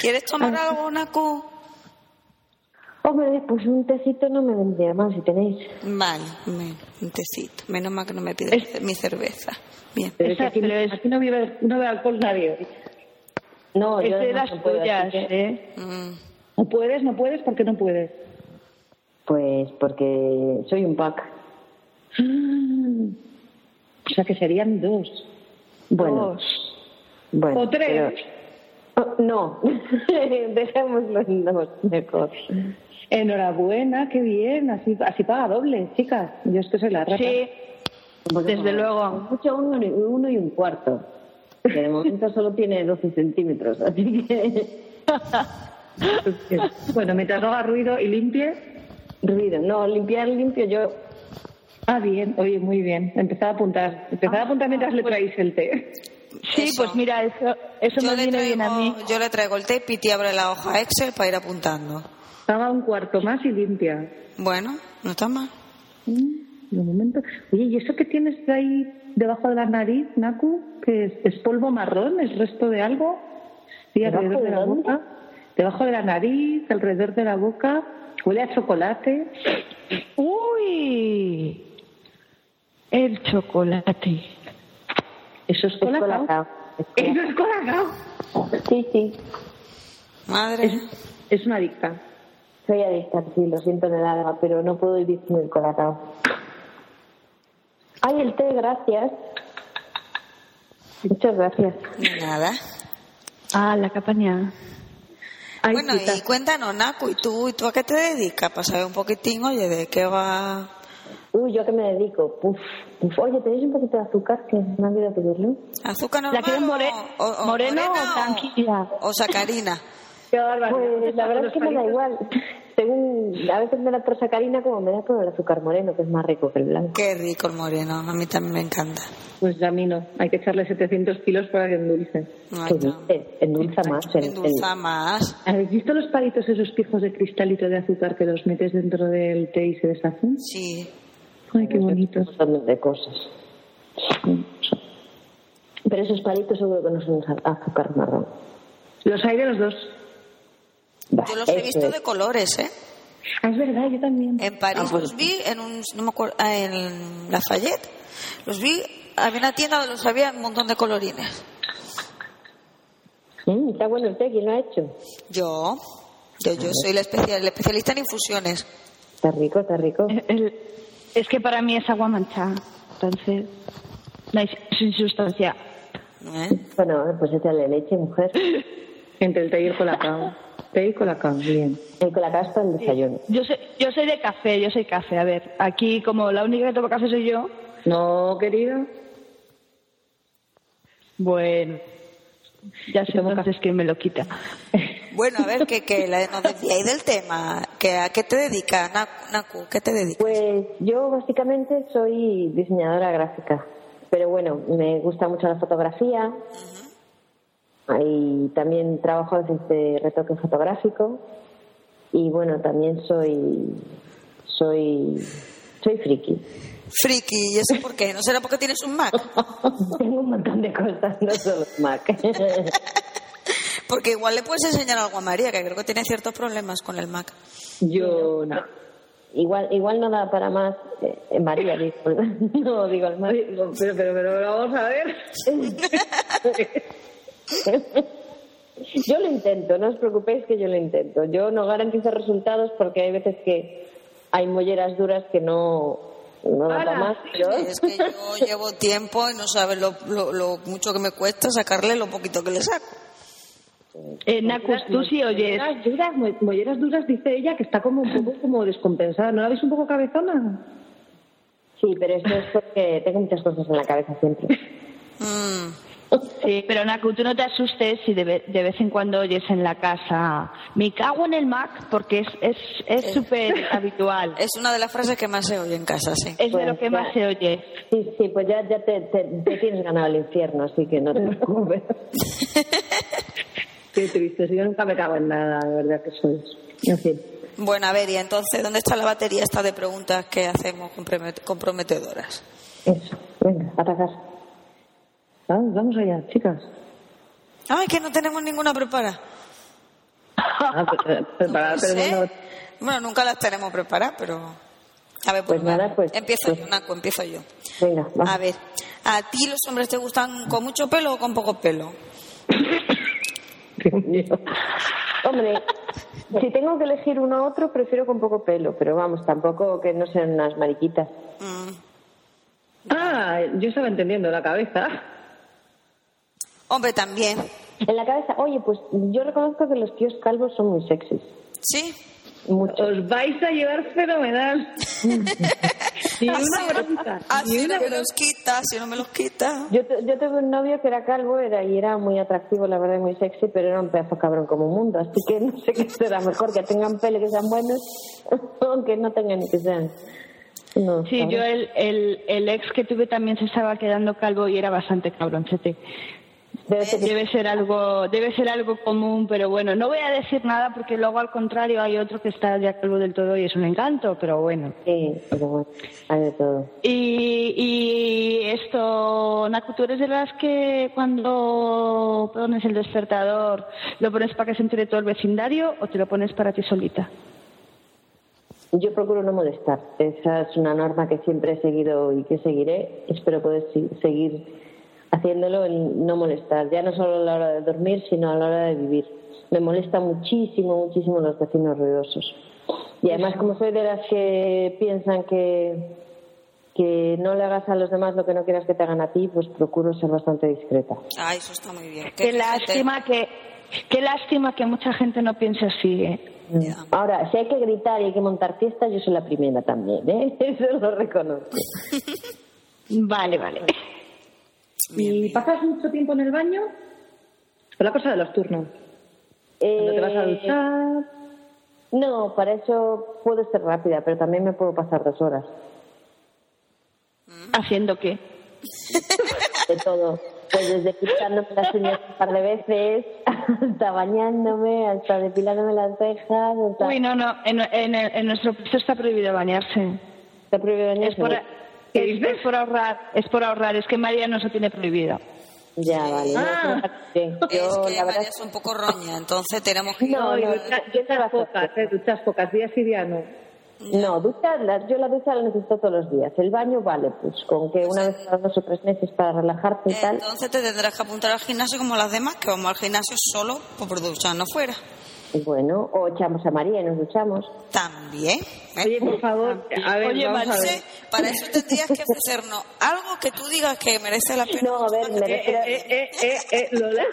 Speaker 4: ¿Quieres tomar algo, Naco?
Speaker 7: Hombre, pues un tecito no me vendría mal si tenéis.
Speaker 4: Vale, me- un tecito. Menos mal que no me pides
Speaker 2: Es-
Speaker 4: mi cerveza. Bien.
Speaker 6: Pero es que
Speaker 2: Esa-
Speaker 6: aquí,
Speaker 2: pero es-
Speaker 6: aquí no, vive, no bebe alcohol nadie.
Speaker 7: No,
Speaker 2: es
Speaker 7: yo
Speaker 2: de
Speaker 7: no
Speaker 2: las
Speaker 7: se puedo,
Speaker 2: tuyas,
Speaker 7: así que-
Speaker 2: ¿eh?
Speaker 4: Mm.
Speaker 6: No puedes, no puedes, ¿por qué no puedes?
Speaker 7: Pues porque soy un pack.
Speaker 6: O sea que serían dos.
Speaker 7: Bueno,
Speaker 2: Dos.
Speaker 7: bueno.
Speaker 6: O tres.
Speaker 7: pero- Oh, no, dejémoslo en dos, mejor.
Speaker 6: Enhorabuena, qué bien. Así, así paga doble, chicas. Yo es que soy la rata.
Speaker 2: Sí, desde luego.
Speaker 7: Mucho uno, y- uno y un cuarto. Que de momento solo tiene 12 centímetros, así que.
Speaker 6: Pues, Bueno, mientras no haga ruido y limpie.
Speaker 7: Ruido. No, limpiar limpio yo.
Speaker 6: Ah, bien, oye, muy bien. Empezad a apuntar. Empezad a apuntar mientras le traéis el té.
Speaker 2: Sí,
Speaker 4: Eso.
Speaker 2: pues mira, eso, eso
Speaker 4: Yo
Speaker 2: me
Speaker 4: le,
Speaker 2: viene bien a mí.
Speaker 4: traigo, yo le traigo el té y Piti abre la hoja Excel para ir apuntando.
Speaker 6: Haga un cuarto más y limpia. Mm,
Speaker 4: Bueno, no está mal.
Speaker 6: De momento. Oye, ¿y eso que tienes de ahí debajo de la nariz, Naku? que es? ¿Es polvo marrón? ¿Es resto de algo? Sí,
Speaker 7: ¿Debajo
Speaker 6: alrededor de
Speaker 7: de
Speaker 6: la
Speaker 7: dónde?
Speaker 6: boca. Debajo de la nariz, alrededor de la boca. Huele a chocolate.
Speaker 2: Uy, el chocolate.
Speaker 6: Eso es colacao.
Speaker 7: Colacao.
Speaker 6: Eso es colacao.
Speaker 7: Sí, sí.
Speaker 4: Madre.
Speaker 6: Es una adicta.
Speaker 7: Soy adicta, sí, lo siento en el alma, pero no puedo vivir sin el colacao. Ay, el té, gracias. Muchas gracias.
Speaker 4: de Nada.
Speaker 2: Ah, la campaña. Ay,
Speaker 4: bueno,
Speaker 2: quita.
Speaker 4: y cuéntanos, Naku, ¿y tú, ¿y tú a qué te dedicas? Para saber un poquitín, oye, de qué va...
Speaker 7: Uy, ¿yo a qué me dedico? Puf, puf. Oye, ¿tenéis un poquito de azúcar? Que me han olvidado pedirlo.
Speaker 4: ¿Azúcar normal
Speaker 2: ¿La quieres
Speaker 4: o-
Speaker 2: more-
Speaker 4: o,
Speaker 2: moreno o
Speaker 4: morena
Speaker 2: tranquila?
Speaker 4: O sacarina.
Speaker 6: Qué barbaridad.
Speaker 7: Pues la verdad es que me da igual. Según, a veces me da por sacarina como me da por el azúcar moreno, que es más rico que el blanco.
Speaker 4: Qué rico el moreno, a mí también me encanta.
Speaker 6: Pues a mí no. Hay que echarle 700 kilos para que endulce.
Speaker 4: No,
Speaker 7: ¿Qué
Speaker 4: no.
Speaker 7: dices? Pues, eh, Endulza más. El, el-
Speaker 4: Ah, Endulza más.
Speaker 6: ¿Habéis visto los palitos esos fijos de cristalito de azúcar que los metes dentro del té y se deshacen?
Speaker 4: Sí.
Speaker 6: Ay, qué bonitos.
Speaker 7: un montón de cosas. Pero esos palitos seguro que no son az- azúcar marrón.
Speaker 6: Los hay de los dos.
Speaker 7: Va,
Speaker 4: Yo los he
Speaker 7: eso
Speaker 4: visto
Speaker 7: es.
Speaker 4: de colores, ¿eh?
Speaker 6: Ah, es verdad, yo también.
Speaker 4: En París los vi, en un, no me acuerdo, ah, en Lafayette. Los vi, había una tienda donde los había un montón de colorines.
Speaker 7: Mm, está bueno el té, ¿quién lo ha hecho?
Speaker 4: Yo, yo, yo soy la especial, la especialista en infusiones.
Speaker 7: Está rico, está rico.
Speaker 2: El- es que para mí es agua manchada, entonces no hay- sin sustancia.
Speaker 4: ¿eh?
Speaker 7: Bueno, pues échale leche, mujer.
Speaker 6: Entre el té y el colacao. té y colacao, bien.
Speaker 7: El colacao es para el desayuno.
Speaker 2: Yo soy, yo soy de café, yo soy café. A ver, aquí como la única que toma café soy yo,
Speaker 6: No, querido.
Speaker 2: bueno, ya sé
Speaker 6: Tomo
Speaker 2: entonces que me lo quita.
Speaker 4: Bueno, a ver, que, que la- nos desviáis del tema. Que, ¿A qué te dedicas, Na- Naku? ¿Qué te dedicas?
Speaker 7: Pues yo básicamente soy diseñadora gráfica, pero bueno, me gusta mucho la fotografía y también trabajo desde retoque fotográfico y bueno, también soy soy soy friki.
Speaker 4: Friki, ¿y eso por qué? ¿No será porque tienes un Mac?
Speaker 7: Tengo un montón de cosas, no solo Mac.
Speaker 4: Porque igual le puedes enseñar algo a María, que creo que tiene ciertos problemas con el Mac.
Speaker 6: Yo no.
Speaker 7: igual igual no da para más eh, eh, María, digo, no digo el Mac.
Speaker 6: Oye, Pero, pero, pero, pero vamos a ver.
Speaker 7: Yo lo intento, no os preocupéis que yo lo intento. Yo no garantizo resultados porque hay veces que hay molleras duras que no, no dan para más. pero-
Speaker 4: Es que yo llevo tiempo y no sabes lo, lo- lo mucho que me cuesta sacarle lo poquito que le saco.
Speaker 2: Eh, Nacus, tú sí oyes.
Speaker 6: Molleras duras, mo- molleras duras, dice ella, que está como un poco como descompensada. ¿No la veis un poco cabezona?
Speaker 7: Sí, pero esto es porque tengo muchas cosas en la cabeza siempre.
Speaker 4: Mm,
Speaker 2: Sí, pero Naku, tú no te asustes si de, ve- de vez en cuando oyes en la casa, me cago en el Mac porque es es es súper habitual.
Speaker 4: es una de las frases que más se oye en casa, sí.
Speaker 2: Es de lo
Speaker 7: Pues,
Speaker 2: que más
Speaker 7: claro.
Speaker 2: se oye.
Speaker 7: Sí, sí, pues ya, ya te, te- te tienes ganado el infierno, así que no te preocupes.
Speaker 6: Qué triste, si yo nunca me cago en nada, de verdad que sois. En fin.
Speaker 4: Bueno, a ver, y entonces, ¿dónde está la batería esta de preguntas que hacemos compromet- comprometedoras?
Speaker 7: Eso, venga, a pasar.
Speaker 6: Vamos, vamos allá, chicas.
Speaker 4: Ay, que no tenemos ninguna preparada.
Speaker 6: Ah, pre- pre- preparad,
Speaker 4: No sé.
Speaker 6: pero bueno,
Speaker 4: Bueno, nunca las tenemos preparadas, pero... A ver, pues,
Speaker 7: Pues nada,
Speaker 4: nada,
Speaker 7: pues-
Speaker 4: empiezo
Speaker 7: pues-
Speaker 4: yo, Naco, empiezo yo.
Speaker 7: Venga, va.
Speaker 4: A ver, ¿a ti los hombres te gustan con mucho pelo o con poco pelo?
Speaker 6: Dios mío.
Speaker 7: Hombre, si tengo que elegir uno u otro, prefiero con poco pelo, pero vamos, tampoco que no sean unas mariquitas.
Speaker 4: Mm.
Speaker 6: Ah, yo estaba entendiendo la cabeza.
Speaker 4: Hombre, también.
Speaker 7: En la cabeza, oye, pues yo reconozco que los tíos calvos son muy sexys.
Speaker 4: ¿Sí?
Speaker 7: Mucho.
Speaker 6: Os vais a llevar fenomenal. Y una bronca.
Speaker 4: Así
Speaker 6: y una
Speaker 4: no me
Speaker 6: bronca.
Speaker 4: los quita, si no me los quita.
Speaker 7: Yo, tu- yo tuve un novio que era calvo era, y era muy atractivo, la verdad, y muy sexy, pero era un pedazo cabrón como un mundo. Así que no sé qué será mejor, que tengan pelo, que sean buenos, o que no tengan y que sean. No,
Speaker 2: Sí,
Speaker 7: ¿sabes?
Speaker 2: yo el, el, el ex que tuve también se estaba quedando calvo y era bastante cabroncete.
Speaker 7: Debe ser que-
Speaker 2: Debe ser algo, debe ser algo común, pero bueno, no voy a decir nada porque luego al contrario hay otro que está ya calvo del todo y es un encanto, pero bueno.
Speaker 7: sí, pero bueno, hay de todo.
Speaker 2: Y, y esto, Naku, tú eres de las que cuando pones el despertador, ¿lo pones para que se entere todo el vecindario o te lo pones para ti solita?
Speaker 7: Yo procuro no molestar. Esa es una norma que siempre he seguido y que seguiré. Espero poder si- seguir haciéndolo, el no molestar. Ya no solo a la hora de dormir, sino a la hora de vivir. Me molesta muchísimo, muchísimo los vecinos ruidosos. Y además, como soy de las que piensan que, que no le hagas a los demás lo que no quieras que te hagan a ti, pues procuro ser bastante discreta.
Speaker 4: Ay, eso está muy bien.
Speaker 2: Qué
Speaker 4: gente.
Speaker 2: lástima que, qué lástima que mucha gente no piense así, ¿eh?
Speaker 4: Ya.
Speaker 7: Ahora, si hay que gritar y hay que montar fiestas, yo soy la primera también, ¿eh? Eso lo reconozco.
Speaker 2: Vale, vale.
Speaker 6: ¿Y pasas mucho tiempo en el baño? Es la cosa de los turnos. Cuando te vas a
Speaker 7: Eh,
Speaker 6: duchar.
Speaker 7: No, para eso puedo ser rápida, pero también me puedo pasar dos horas.
Speaker 2: ¿Haciendo qué?
Speaker 7: De todo. Pues desde quitándome las uñas un par de veces, hasta bañándome, hasta depilándome las cejas, hasta...
Speaker 2: Uy, no, no, en, en- en nuestro piso está prohibido bañarse.
Speaker 7: Está prohibido bañarse.
Speaker 2: Es por, es, es por ahorrar, es por ahorrar, es que María no se tiene prohibido.
Speaker 7: Ya, vale. no,
Speaker 6: Ah.
Speaker 7: no me parece bien.
Speaker 4: Es
Speaker 7: Yo,
Speaker 4: que
Speaker 7: la verdad...
Speaker 4: María es un poco roña, entonces tenemos que ir.
Speaker 7: No,
Speaker 6: y
Speaker 7: no,
Speaker 6: ducha-
Speaker 7: no,
Speaker 6: duchas
Speaker 7: no.
Speaker 6: pocas, eh, duchas pocas, días y días no.
Speaker 7: No, ducha, la- yo la ducha la necesito todos los días. El baño, vale, pues con que una vez cada dos o tres meses para relajarte y tal...
Speaker 4: Entonces te tendrás que apuntar al gimnasio como las demás, que vamos al gimnasio solo por ducharnos fuera.
Speaker 7: y Bueno, o echamos a María y nos duchamos.
Speaker 4: También. ¿eh?
Speaker 6: Oye, por favor, a ver,
Speaker 2: Oye,
Speaker 6: vamos a
Speaker 2: Marce,
Speaker 6: ver.
Speaker 4: Entonces, para eso tendrías que ofrecernos algo que tú digas que merece la pena.
Speaker 7: No, a ver, me
Speaker 6: Eh,
Speaker 7: refiero...
Speaker 6: eh, eh, eh, eh, Lola.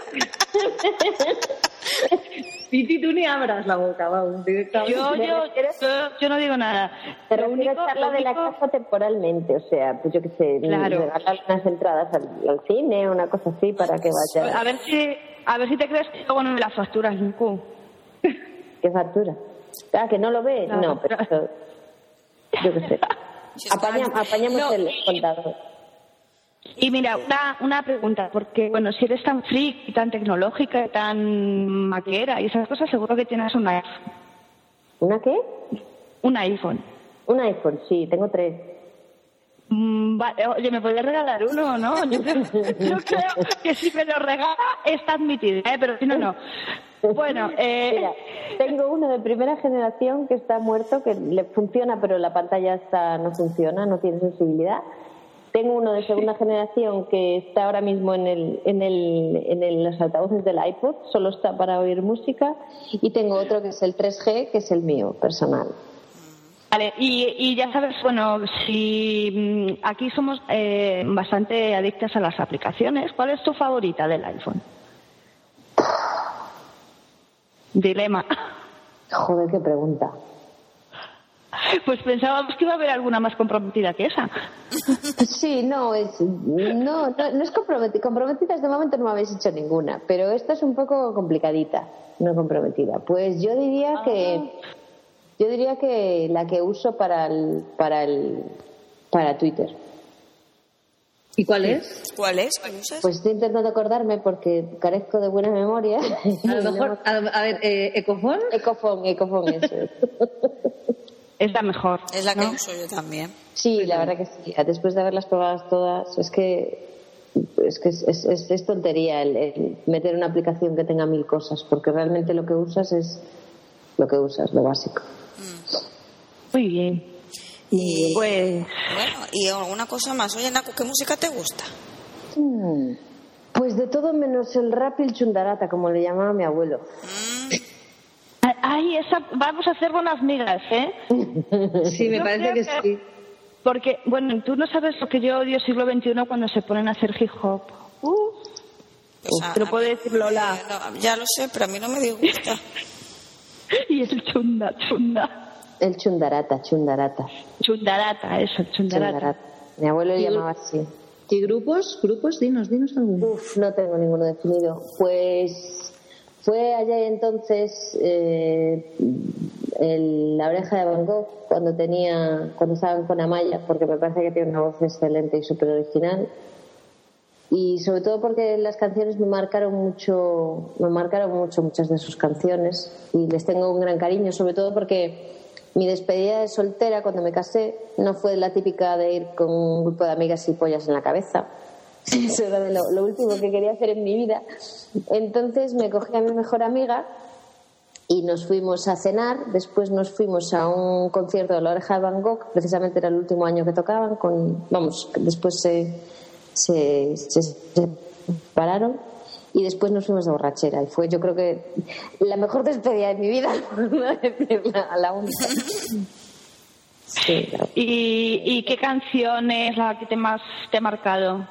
Speaker 6: Piti, tú ni abras la boca, vamos, directamente.
Speaker 2: Yo, yo, yo, yo no digo nada.
Speaker 7: Te
Speaker 2: Lo
Speaker 7: refiero
Speaker 2: único-
Speaker 7: a echarla
Speaker 2: lo
Speaker 7: de la
Speaker 2: único-
Speaker 7: casa temporalmente, o sea, pues yo qué sé,
Speaker 2: Claro.
Speaker 7: regalar unas entradas al, al cine, una cosa así, para que vaya.
Speaker 2: a ver si, a ver si te crees que luego no me las facturas, Nico.
Speaker 7: ¿Qué factura? Ah, que no lo ves.
Speaker 2: Claro.
Speaker 7: No, pero eso- yo qué sé.
Speaker 4: Si está-
Speaker 7: Apaña- apañamos
Speaker 2: No, eh,
Speaker 7: el
Speaker 2: y-
Speaker 7: contador.
Speaker 2: Y mira, una, una pregunta, porque bueno, si eres tan freak y tan tecnológica y tan maquera y esas cosas, seguro que tienes un iPhone.
Speaker 7: ¿Una qué?
Speaker 2: Un iPhone.
Speaker 7: Un iPhone, sí, tengo tres.
Speaker 2: Mm, Vale, oye, ¿me podías regalar uno o no? Yo creo, yo creo que si me lo regala está admitido, ¿eh? pero si no, no. Bueno, eh,
Speaker 7: Mira, tengo uno de primera generación que está muerto, que le funciona, pero la pantalla está, no funciona, no tiene sensibilidad. Tengo uno de segunda generación que está ahora mismo en, el, en, el, en el- los altavoces del iPod, solo está para oír música. Y tengo otro que es el 3G, que es el mío, personal.
Speaker 2: Vale, y, y ya sabes, bueno, si mm, aquí somos eh, bastante adictas a las aplicaciones, ¿cuál es tu favorita del iPhone? Dilema.
Speaker 7: Joder, qué pregunta.
Speaker 2: Pues pensábamos que iba a haber alguna más comprometida que esa.
Speaker 7: Sí, no, es, no, no, no es comprometida. Comprometidas de momento no me habéis hecho ninguna, pero esta es un poco complicadita, no comprometida. Pues yo
Speaker 6: Ah.
Speaker 7: diría que yo diría que la que uso para el, para el para Twitter.
Speaker 6: ¿Y cuál es?
Speaker 4: ¿Cuál es? ¿Cuál usas?
Speaker 7: Pues estoy intentando acordarme porque carezco de buena memoria.
Speaker 6: A lo mejor, a, a ver, eh, ¿Ecofón?
Speaker 7: Ecofón, Ecofón, eso. es.
Speaker 2: Es la mejor.
Speaker 4: es la que
Speaker 2: ¿no?
Speaker 4: uso yo también.
Speaker 7: Sí, la verdad que sí. Después de haberlas probadas todas, es que es que es, es- es- es tontería el, el meter una aplicación que tenga mil cosas, porque realmente lo que usas es lo que usas, lo básico.
Speaker 2: Muy bien.
Speaker 4: Y
Speaker 2: Pues
Speaker 4: bueno, y alguna cosa más. Oye, Naku, ¿qué música te gusta?
Speaker 7: Pues de todo menos el rap y el chundarata, como le llamaba mi abuelo.
Speaker 2: Ah, Ay, esa, vamos a hacer buenas migas, ¿eh?
Speaker 6: Sí, me
Speaker 2: Yo
Speaker 6: parece
Speaker 2: creo
Speaker 6: que
Speaker 2: que-
Speaker 6: sí.
Speaker 2: Porque, bueno, tú no sabes lo que yo odio siglo XXI cuando se ponen a hacer hip hop. Uh,
Speaker 4: O sea,
Speaker 2: te lo
Speaker 4: a
Speaker 2: puede
Speaker 4: mí
Speaker 2: decir
Speaker 4: no me-
Speaker 2: Lola.
Speaker 4: no, ya lo sé, pero a mí no me disgusta.
Speaker 2: y es el chunda, chunda.
Speaker 7: El chundarata, chundarata.
Speaker 8: Chundarata, eso, chundarata. chundarata.
Speaker 7: Mi abuelo le llamaba así.
Speaker 9: ¿Qué grupos? Grupos, dinos, dinos alguno.
Speaker 7: Uf, no tengo ninguno definido. Pues fue allá entonces eh, el- la oreja de Van Gogh cuando tenía, cuando estaban con Amaya, porque me parece que tiene una voz excelente y súper original. Y sobre todo porque las canciones me marcaron mucho, me marcaron mucho muchas de sus canciones y les tengo un gran cariño, sobre todo porque mi despedida de soltera cuando me casé no fue la típica de ir con un grupo de amigas y pollas en la cabeza. Eso era de lo, lo último que quería hacer en mi vida. Entonces me cogí a mi mejor amiga y nos fuimos a cenar. Después nos fuimos a un concierto de la oreja de Van Gogh, precisamente era el último año que tocaban. Con, vamos, después se, se, se- se separaron y después nos fuimos de borrachera. Y fue, yo creo que, la mejor despedida de mi vida, por no decirla, la única. Sí, claro.
Speaker 8: ¿Y, y qué canción es la que te más te ha marcado?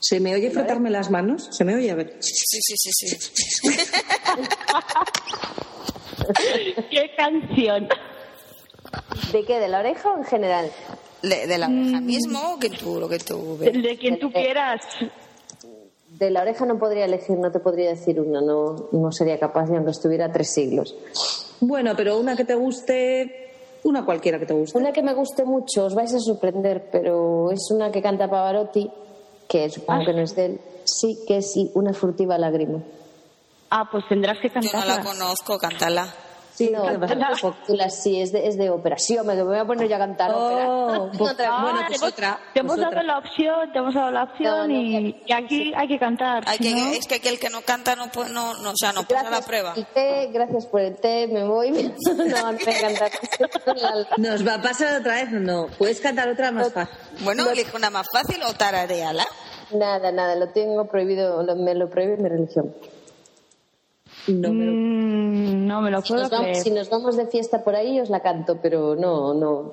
Speaker 3: ¿Se me oye frotarme las manos? ¿Se me oye? A ver.
Speaker 4: Sí, sí, sí, sí.
Speaker 8: ¿Qué canción?
Speaker 7: ¿De qué? ¿De la oreja o en general?
Speaker 4: De, de la oreja mismo, que tú, lo que tú
Speaker 8: De,
Speaker 4: veas.
Speaker 8: de quien tú quieras.
Speaker 7: De la oreja no podría elegir, no te podría decir una, no, no sería capaz ni aunque estuviera tres siglos.
Speaker 3: Bueno, pero una que te guste, una cualquiera que te guste.
Speaker 7: Una que me guste mucho, os vais a sorprender, pero es una que canta Pavarotti, que supongo que no es de él, sí que es y una furtiva lágrima.
Speaker 8: Ah, pues tendrás que
Speaker 4: Yo no la
Speaker 8: cantarla.
Speaker 4: conozco, cántala.
Speaker 7: Sí, no,
Speaker 8: Cántala.
Speaker 7: la- sí, es de, es de ópera. Sí, hombre, que me voy a poner yo a cantar
Speaker 3: Oh,
Speaker 7: ópera.
Speaker 3: pues,
Speaker 7: Otra-
Speaker 3: bueno,
Speaker 8: Ah,
Speaker 3: pues
Speaker 8: te hemos-
Speaker 3: otra.
Speaker 8: Te
Speaker 3: pues
Speaker 8: hemos dado
Speaker 3: otra.
Speaker 8: la opción, te hemos dado la opción
Speaker 7: No, no,
Speaker 8: y, y aquí hay que cantar.
Speaker 4: Hay que,
Speaker 8: ¿no?
Speaker 4: Es que el que no canta no, puede- no, no, o sea, no pasa la prueba.
Speaker 7: el té, gracias por el té, me voy. No, me encanta.
Speaker 3: Nos va a pasar otra vez, no. Puedes cantar otra más fácil.
Speaker 4: Bueno, elige una más fácil o tarareala.
Speaker 7: Nada, nada, lo tengo prohibido, lo- me lo prohíbe mi religión.
Speaker 3: No, me lo-
Speaker 8: Mm, no me lo
Speaker 7: Si
Speaker 8: puedo
Speaker 7: nos, vamos,
Speaker 8: creer.
Speaker 7: si nos vamos de fiesta por ahí, os la canto, pero no, no.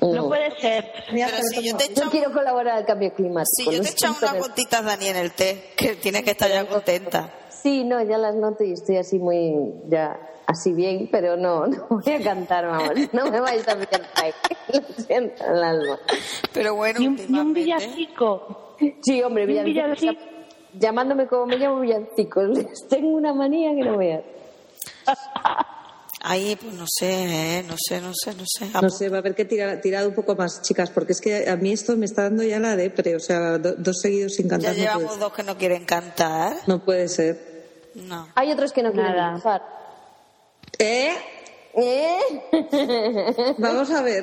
Speaker 7: No,
Speaker 8: No puede ser.
Speaker 4: Pero si yo te echo,
Speaker 7: No quiero colaborar al cambio climático.
Speaker 4: si yo
Speaker 7: lo
Speaker 4: te echo
Speaker 7: siento,
Speaker 4: unas
Speaker 7: no.
Speaker 4: gotitas, Dani, en el té, que tienes que estar ya contenta.
Speaker 7: Sí, no, ya las noto y estoy así muy, ya, así bien, pero no, no voy a cantar, vamos, no me vais a pillar por ahí. Lo siento en el alma.
Speaker 4: Pero bueno,
Speaker 8: Ni un, ni un
Speaker 4: últimamente-
Speaker 8: villancico.
Speaker 7: Sí, hombre,
Speaker 8: Un
Speaker 7: villancico.
Speaker 8: villancico.
Speaker 7: Llamándome como me llamo villancicos, les tengo una manía que no veas.
Speaker 4: Ahí, pues no sé, ¿eh? no sé, no sé, no sé.
Speaker 3: No sé, va a haber que tirar, tirar un poco más, chicas, porque es que a mí esto me está dando ya la depre. O sea, do- dos seguidos sin
Speaker 4: Ya
Speaker 3: cantar no puede,
Speaker 4: llevamos dos que no quieren cantar.
Speaker 3: no puede ser.
Speaker 4: No.
Speaker 7: Hay otros que no quieren
Speaker 8: Nada.
Speaker 7: dibujar.
Speaker 3: ¿Eh?
Speaker 7: ¿Eh?
Speaker 3: Vamos a ver.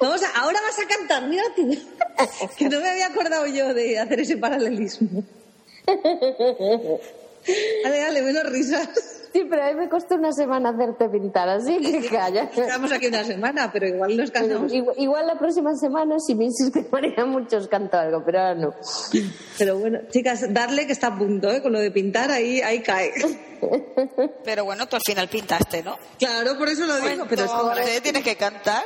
Speaker 3: Vamos a, ahora vas a cantar, mira, tío. Que no me había acordado yo de hacer ese paralelismo. Dale, dale, menos risas.
Speaker 7: Sí, pero a mí me costó una semana hacerte pintar, así que calla.
Speaker 3: Estamos aquí una semana, pero igual nos
Speaker 7: Pero
Speaker 3: cansamos.
Speaker 7: igual, igual la próxima semana, si me insiste María, muchos canto algo, pero ahora no.
Speaker 3: Pero bueno, chicas, darle que está a punto, ¿eh? Con lo de pintar, ahí, ahí cae.
Speaker 4: Pero bueno, tú al final pintaste, ¿no?
Speaker 3: Claro, por eso lo digo, pero es que ahora-
Speaker 4: Entonces, tienes que cantar.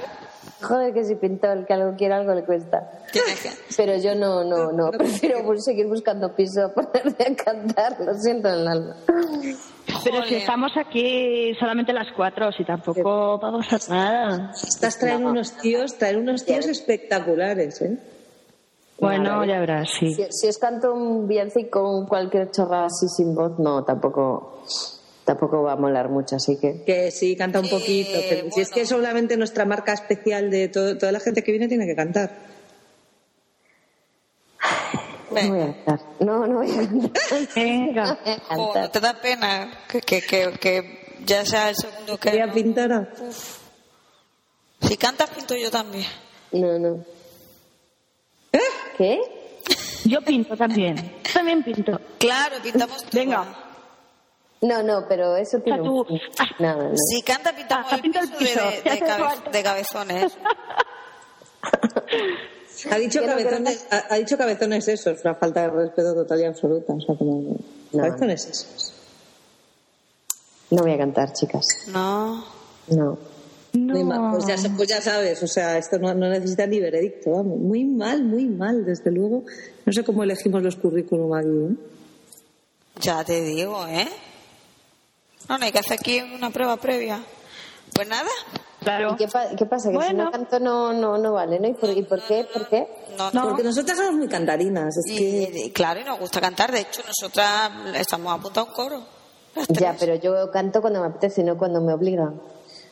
Speaker 7: Joder, que si pintó el que algo quiere, algo le cuesta.
Speaker 4: Tienes que...
Speaker 7: Pero yo no, no, no. Prefiero bu- seguir buscando piso a ponerme a cantar. Lo siento en el alma.
Speaker 8: Pero si
Speaker 4: Joder.
Speaker 8: estamos aquí solamente las cuatro, si tampoco vamos a hacer nada.
Speaker 3: Estás trayendo unos tíos, traen unos tíos espectaculares, ¿eh?
Speaker 8: Bueno, ya verás, sí.
Speaker 7: Si, si os canto un villancico con cualquier chorrada así sin voz, no, tampoco, tampoco va a molar mucho. Así que
Speaker 3: Que sí, canta un
Speaker 4: Eh,
Speaker 3: poquito. pero Si es
Speaker 4: bueno.
Speaker 3: que es solamente nuestra marca especial de todo- toda la gente que viene tiene que cantar.
Speaker 7: no voy
Speaker 4: Venga.
Speaker 7: a cantar. No, no voy a cantar.
Speaker 8: Venga.
Speaker 7: Voy a
Speaker 4: Oh,
Speaker 7: cantar.
Speaker 4: ¿no te da pena que, que, que, que ya sea el segundo que...
Speaker 3: Voy a
Speaker 4: no?
Speaker 3: pintar a-
Speaker 4: Si cantas, pinto yo también.
Speaker 7: No, no. ¿Qué?
Speaker 8: Yo pinto también. También pinto.
Speaker 4: Claro, pintamos todas.
Speaker 8: Venga.
Speaker 7: No, no, pero eso tiene un
Speaker 8: tú.
Speaker 7: fin.
Speaker 2: ah,
Speaker 7: No, no, no.
Speaker 4: Si canta, pintamos
Speaker 8: Hasta
Speaker 4: el
Speaker 8: pinta el
Speaker 4: piso, de-
Speaker 8: piso.
Speaker 4: De,
Speaker 8: Ya
Speaker 4: de
Speaker 8: hace
Speaker 4: cabe-
Speaker 8: falta.
Speaker 4: de cabezones.
Speaker 3: Ha dicho,
Speaker 7: Yo no creo
Speaker 3: cabezones, ha, ha dicho cabezones eso, es una falta de respeto total y absoluta. O sea, como...
Speaker 7: No.
Speaker 3: Cabezones esos.
Speaker 7: No voy a cantar, chicas.
Speaker 4: No.
Speaker 7: No.
Speaker 3: Muy mal. Pues, ya, sa- pues ya sabes, o sea, esto no, no necesita ni veredicto, vamos. Muy mal, muy mal, desde luego. No sé cómo elegimos los currículum aquí, ¿eh?
Speaker 4: Ya te digo, ¿eh? No, no hay que hacer aquí una prueba previa. Pues nada,
Speaker 2: Claro.
Speaker 7: ¿Y qué, pa- qué pasa? Que si
Speaker 2: Bueno.
Speaker 7: no canto no, no, no vale, ¿no? ¿Y por, y por qué? ¿Por qué?
Speaker 3: Porque nosotras somos muy cantarinas. Es
Speaker 4: Y,
Speaker 3: que...
Speaker 4: y claro, y nos gusta cantar. De hecho, nosotras estamos apuntadas a un coro.
Speaker 7: Ya, pero yo canto cuando me apetece, no cuando me obligan.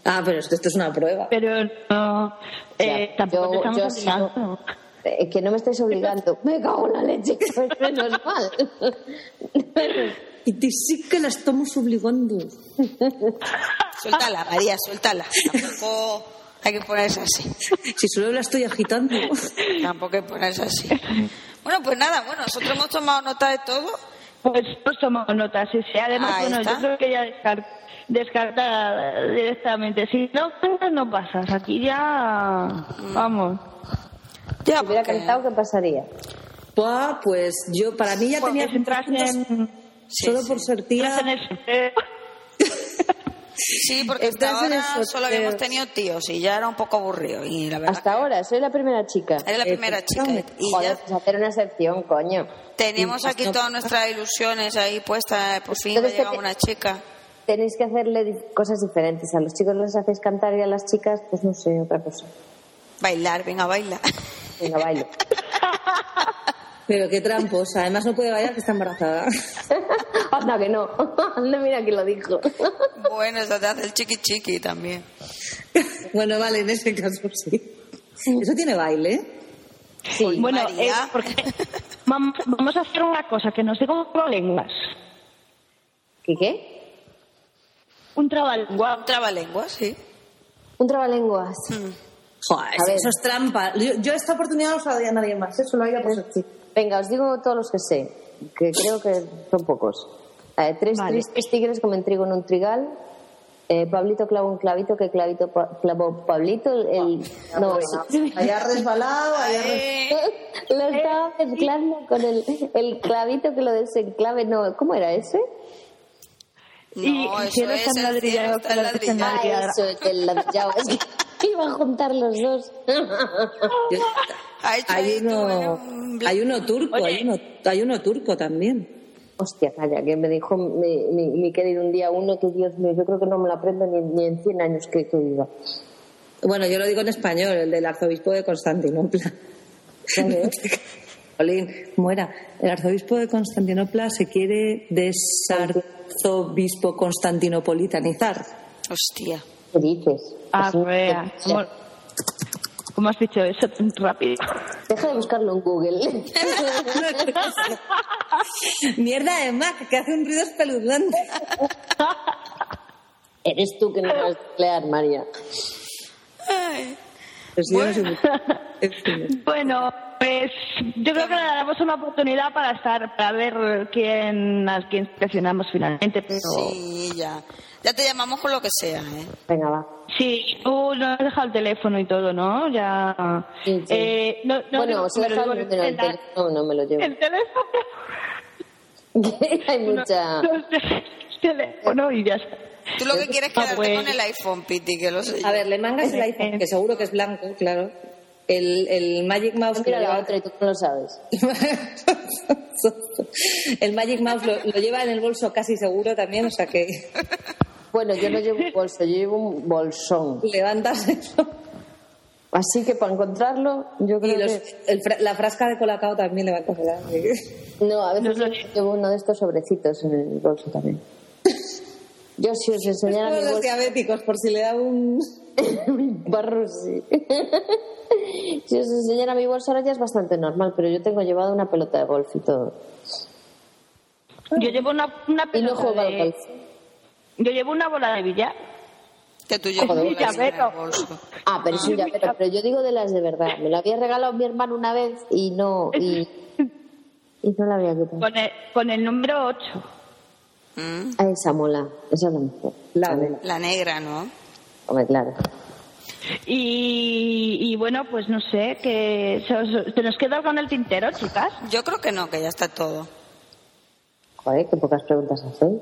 Speaker 3: Ah, pero esto, esto es una prueba.
Speaker 2: Pero no, eh,
Speaker 7: Ya,
Speaker 2: tampoco
Speaker 7: yo-
Speaker 2: te estamos
Speaker 7: yo sigo-
Speaker 2: obligando.
Speaker 7: Eh, que no me estáis obligando. Me cago en la leche, pues menos mal.
Speaker 3: Y te sí que la estamos obligando.
Speaker 4: Suéltala, María, suéltala. Tampoco hay que ponerse así.
Speaker 3: Si solo la estoy agitando.
Speaker 4: Tampoco hay que ponerse así. Bueno, pues nada, bueno, nosotros hemos tomado nota de todo.
Speaker 2: Pues pues tomamos notas, sí, sí. Además,
Speaker 4: Ahí
Speaker 2: bueno,
Speaker 4: Ah, está.
Speaker 2: yo creo que ya descar- descarta directamente. Si no cantas, no pasas. Aquí ya,
Speaker 4: Mm.
Speaker 2: vamos.
Speaker 4: Ya,
Speaker 7: Si hubiera cantado, ¿qué pasaría?
Speaker 3: Buah, pues yo, para mí ya
Speaker 2: Porque
Speaker 3: tenía
Speaker 2: si entras en...
Speaker 3: solo por ser tía.
Speaker 2: entras en el-
Speaker 4: Sí, porque hasta
Speaker 3: Estás en el
Speaker 4: ahora solo
Speaker 3: sorteo.
Speaker 4: habíamos tenido tíos y ya era un poco aburrido. Y la verdad,
Speaker 7: Hasta ahora, soy la primera chica.
Speaker 4: eres la primera chica. Y ya
Speaker 7: Joder, pues hacer una excepción, coño.
Speaker 4: teníamos aquí todas nuestras ilusiones ahí puestas. eh, Por fin va a
Speaker 7: Entonces,
Speaker 4: llegar
Speaker 7: te-
Speaker 4: una chica.
Speaker 7: Tenéis que hacerle di- cosas diferentes. A los chicos les hacéis cantar y a las chicas, pues no sé, otra cosa.
Speaker 4: Bailar, venga, baila.
Speaker 7: Venga, bailo.
Speaker 3: Pero qué tramposa. Además no puede bailar que está embarazada.
Speaker 7: Anda que no. Anda, mira que lo dijo.
Speaker 4: Bueno, eso te hace el chiqui chiqui también.
Speaker 3: bueno, vale, en ese caso sí. Eso tiene baile.
Speaker 7: Sí.
Speaker 2: Bueno,
Speaker 4: María.
Speaker 2: es porque vamos, vamos a hacer una cosa que no sé cómo lenguas.
Speaker 7: ¿Qué qué?
Speaker 2: Un trabalenguas.
Speaker 4: Un trabalenguas, sí.
Speaker 7: Un trabalenguas.
Speaker 3: Joder,
Speaker 7: A ver.
Speaker 3: Ah, eso es trampa. Yo, yo esta oportunidad no se la doy a nadie más. Eso lo haría por ser chica.
Speaker 7: Eh, Venga, os digo todos los que sé, que creo que son pocos. Eh, tres
Speaker 2: Vale.
Speaker 7: tristes tigres comen trigo en un trigal. Eh, Pablito clavó un clavito que clavito pa- clavó Pablito. El, no,
Speaker 3: Allá resbalado, allá res-
Speaker 7: lo estaba mezclando con el, el clavito que lo desenclave. No, ¿Cómo era ese?
Speaker 2: Y
Speaker 4: No,
Speaker 2: el
Speaker 4: eso
Speaker 2: cielo
Speaker 4: es,
Speaker 2: está
Speaker 4: el
Speaker 2: ladrillado
Speaker 4: cielo está
Speaker 2: con la
Speaker 4: ladrillado.
Speaker 7: Ah,
Speaker 2: María.
Speaker 7: eso, el del ladrillado. Es que iba a juntar los dos.
Speaker 3: Yo-
Speaker 4: Ha hecho
Speaker 3: Hay
Speaker 4: ahí tú,
Speaker 3: uno,
Speaker 4: un
Speaker 3: hay uno turco,
Speaker 2: Oye.
Speaker 3: hay uno, hay uno turco también.
Speaker 7: Hostia, calla, que me dijo mi, mi, mi querido un día uno que Dios mío, yo creo que no me lo aprendo ni, ni en 100 años que, que viva.
Speaker 3: Bueno, yo lo digo en español, el del arzobispo de Constantinopla. Jolín, muera. El arzobispo de Constantinopla se quiere desarzobispo constantinopolitanizar.
Speaker 4: Hostia.
Speaker 7: ¿Qué dices?
Speaker 2: Ah,
Speaker 7: Es un-
Speaker 2: vea.
Speaker 7: o sea,
Speaker 2: ¿Cómo, cómo has dicho eso tan rápido?
Speaker 7: Deja de buscarlo en Google.
Speaker 3: Mierda de Mac, que hace un ruido espeluznante.
Speaker 7: Eres tú que no vas a emplear, María.
Speaker 3: Pues yo no sé mucho. En fin.
Speaker 2: Bueno, pues yo creo que le daremos una oportunidad para estar, para ver quién, a quién seleccionamos finalmente. Pero
Speaker 4: Sí, ya. Ya te llamamos con lo que sea, ¿eh?
Speaker 7: Venga, va.
Speaker 2: sí, tú no has dejado el teléfono y todo, ¿no? Ya.
Speaker 7: Sí, sí.
Speaker 2: Eh, no, no,
Speaker 7: bueno,
Speaker 2: no,
Speaker 7: se
Speaker 2: me lo digo,
Speaker 7: deja el número del
Speaker 2: el-
Speaker 7: teléfono, no me lo llevo.
Speaker 2: El teléfono.
Speaker 7: Hay mucha...
Speaker 2: Los de- teléfono y ya está.
Speaker 4: Tú lo que quieres es
Speaker 2: Ah,
Speaker 4: quedarte
Speaker 2: bueno.
Speaker 4: con el iPhone, Piti, que lo sé yo.
Speaker 3: A ver, le mangas el iPhone, que seguro que es blanco, claro. El, el Magic Mouse que
Speaker 7: Mira la
Speaker 3: lleva-
Speaker 7: otra y tú no lo sabes.
Speaker 3: el Magic Mouse lo, lo lleva en el bolso casi seguro también, o sea que
Speaker 7: Bueno, yo no llevo un bolso, yo llevo un bolsón.
Speaker 3: levantas eso.
Speaker 7: Así que para encontrarlo, yo
Speaker 3: Y
Speaker 7: creo
Speaker 3: los-
Speaker 7: que...
Speaker 3: el fra- la frasca de colacao también levantas el así que-
Speaker 7: No, a veces llevo uno de estos sobrecitos en el bolso también. Yo si os enseñara
Speaker 3: Todos
Speaker 7: mi
Speaker 3: los
Speaker 7: bolso...
Speaker 3: diabéticos, por si le da un...
Speaker 7: Barro, sí. si os enseñara mi bolso ahora ya es bastante normal, pero yo tengo llevado una pelota de golf y todo.
Speaker 2: Yo llevo una, una
Speaker 7: Y no
Speaker 2: pelota
Speaker 7: juego al
Speaker 2: de-
Speaker 7: golf.
Speaker 2: Yo llevo una bola de billar.
Speaker 4: Que tú
Speaker 2: Con
Speaker 4: llevas
Speaker 2: mi
Speaker 4: la vida en
Speaker 2: llavero.
Speaker 4: el bolso.
Speaker 7: Ah, pero eso ya, pero, pero yo digo de las de verdad. Me la había regalado mi hermano una vez y no y, y no la había quitado.
Speaker 2: Con el, con el número 8.
Speaker 4: Mm,
Speaker 7: Ah, esa mola, esa es la mejor.
Speaker 3: La vela.
Speaker 4: La negra, ¿no?
Speaker 7: Hombre, claro.
Speaker 2: Y, y bueno, pues no sé, que se, os- se nos queda algo en el tintero, chicas.
Speaker 4: Yo creo que no, que ya está todo.
Speaker 7: Joder, qué pocas preguntas hacéis.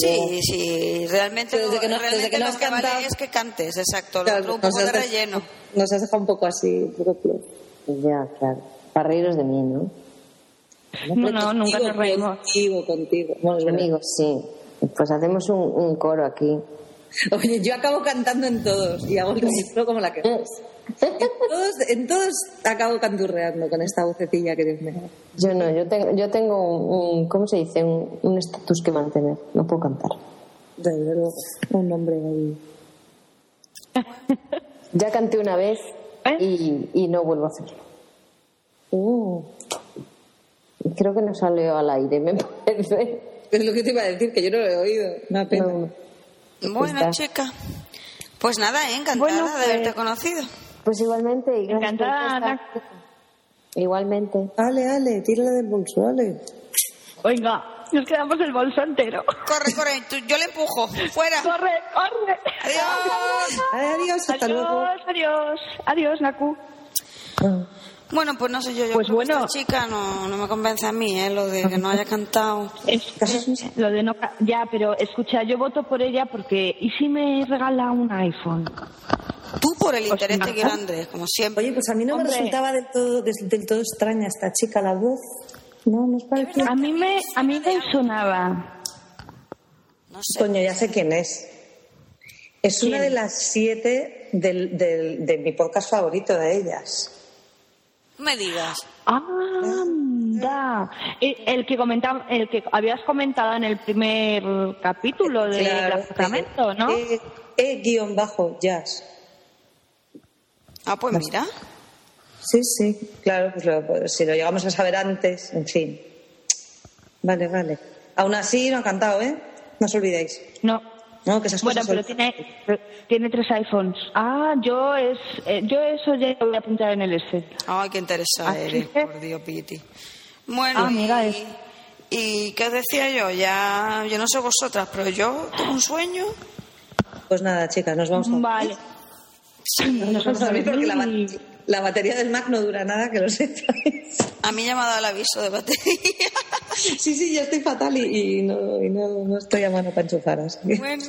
Speaker 4: Sí, sí, realmente,
Speaker 3: Desde
Speaker 4: lo-
Speaker 3: que no- desde
Speaker 4: realmente
Speaker 3: que no
Speaker 4: lo
Speaker 3: has
Speaker 4: que vale
Speaker 3: cantado.
Speaker 4: es que cantes, exacto. Lo
Speaker 3: Claro,
Speaker 4: otro un
Speaker 3: nos
Speaker 4: poco de
Speaker 3: has dej-
Speaker 4: relleno.
Speaker 3: Nos has dejado un poco así. un poco flo-
Speaker 7: Ya, claro. Para reíros de mí, ¿no?
Speaker 3: pues
Speaker 2: No, no, nunca nos reímos.
Speaker 3: Contigo, contigo. Bueno, es verdad.
Speaker 7: Amigos, sí. Pues hacemos un, un coro aquí.
Speaker 3: Oye, yo acabo cantando en todos y hago el ridículo como la que En todos, en todos acabo canturreando con esta vocecilla que Dios mío.
Speaker 7: Yo no, yo tengo, yo tengo un, un- ¿cómo se dice? Un un estatus que mantener. No puedo cantar.
Speaker 3: Desde luego, un hombre ahí.
Speaker 7: Ya canté una vez y, y no vuelvo a hacerlo. Uh, Creo que no salió al aire, me parece.
Speaker 3: Es lo que te iba a decir, que yo no lo he oído. Una pena.
Speaker 4: Bueno,
Speaker 7: Está.
Speaker 4: chica. Pues nada, ¿eh? encantada
Speaker 7: Bueno,
Speaker 4: de
Speaker 7: pues-
Speaker 4: haberte conocido.
Speaker 7: Pues igualmente. y gracias por
Speaker 4: Encantada,
Speaker 7: estar. Igualmente.
Speaker 3: Ale, ale, tírala del bolso, ale.
Speaker 2: Oiga, nos quedamos el bolso entero.
Speaker 4: Corre, corre, tú- yo le empujo. Fuera.
Speaker 2: Corre, corre.
Speaker 4: Adiós.
Speaker 3: Adiós, hasta
Speaker 2: adiós,
Speaker 3: luego.
Speaker 2: Adiós, adiós, Naku.
Speaker 4: Bueno, pues no sé yo. yo creo
Speaker 2: Pues
Speaker 4: que
Speaker 2: bueno.
Speaker 4: Esta chica no, no me convence a mí, ¿eh? Lo de que no haya cantado.
Speaker 2: Es- Este, lo de no ca- ya, pero escucha, yo voto por ella porque ¿y si me regala un iPhone?
Speaker 4: Tú por el
Speaker 2: Pues
Speaker 4: interés
Speaker 2: nada.
Speaker 4: te quiero, Andrés, como siempre.
Speaker 3: Oye, pues a mí no
Speaker 2: Hombre.
Speaker 3: me resultaba del todo, des- del todo extraña esta chica la voz. No, nos parece.
Speaker 2: A mí me a mí me sonaba.
Speaker 4: No sé.
Speaker 3: Coño, ya sé quién es. Es una de las siete del, del- de mi podcast favorito de ellas.
Speaker 4: No me digas.
Speaker 2: Anda. El, el que comentam- el que habías comentado en el primer capítulo del
Speaker 3: Claro.
Speaker 2: apartamento, ¿no?
Speaker 3: E- E-jazz.
Speaker 4: Ah, pues mira.
Speaker 3: Sí, sí, claro, pues lo- si lo llegamos a saber antes, en fin. Vale, vale. Aún así no ha cantado, ¿eh? No os olvidéis.
Speaker 2: No.
Speaker 3: No, que esas
Speaker 2: Bueno,
Speaker 3: cosas
Speaker 2: pero
Speaker 3: Pues son-
Speaker 2: tiene eh, tiene tres iPhones. Ah, yo es eh, yo eso ya lo voy a apuntar en el este. S.
Speaker 4: Ay, qué interesada
Speaker 2: Así
Speaker 4: eres,
Speaker 2: que-
Speaker 4: por Dios, Piti. Bueno,
Speaker 2: Ah, mira,
Speaker 4: y, y qué os decía yo? Ya, yo no sé vosotras, pero yo tengo un sueño.
Speaker 3: Pues nada, chicas, nos vamos a
Speaker 2: Vale.
Speaker 3: Nos vamos a dormir porque la,
Speaker 2: dormir.
Speaker 3: ba- la batería del Mac no dura nada, que lo sepáis.
Speaker 4: A mí ya me ha dado el aviso de batería.
Speaker 3: Sí, sí, yo estoy fatal y, y no, y no, no estoy a mano para enchufar. así que-
Speaker 4: Bueno,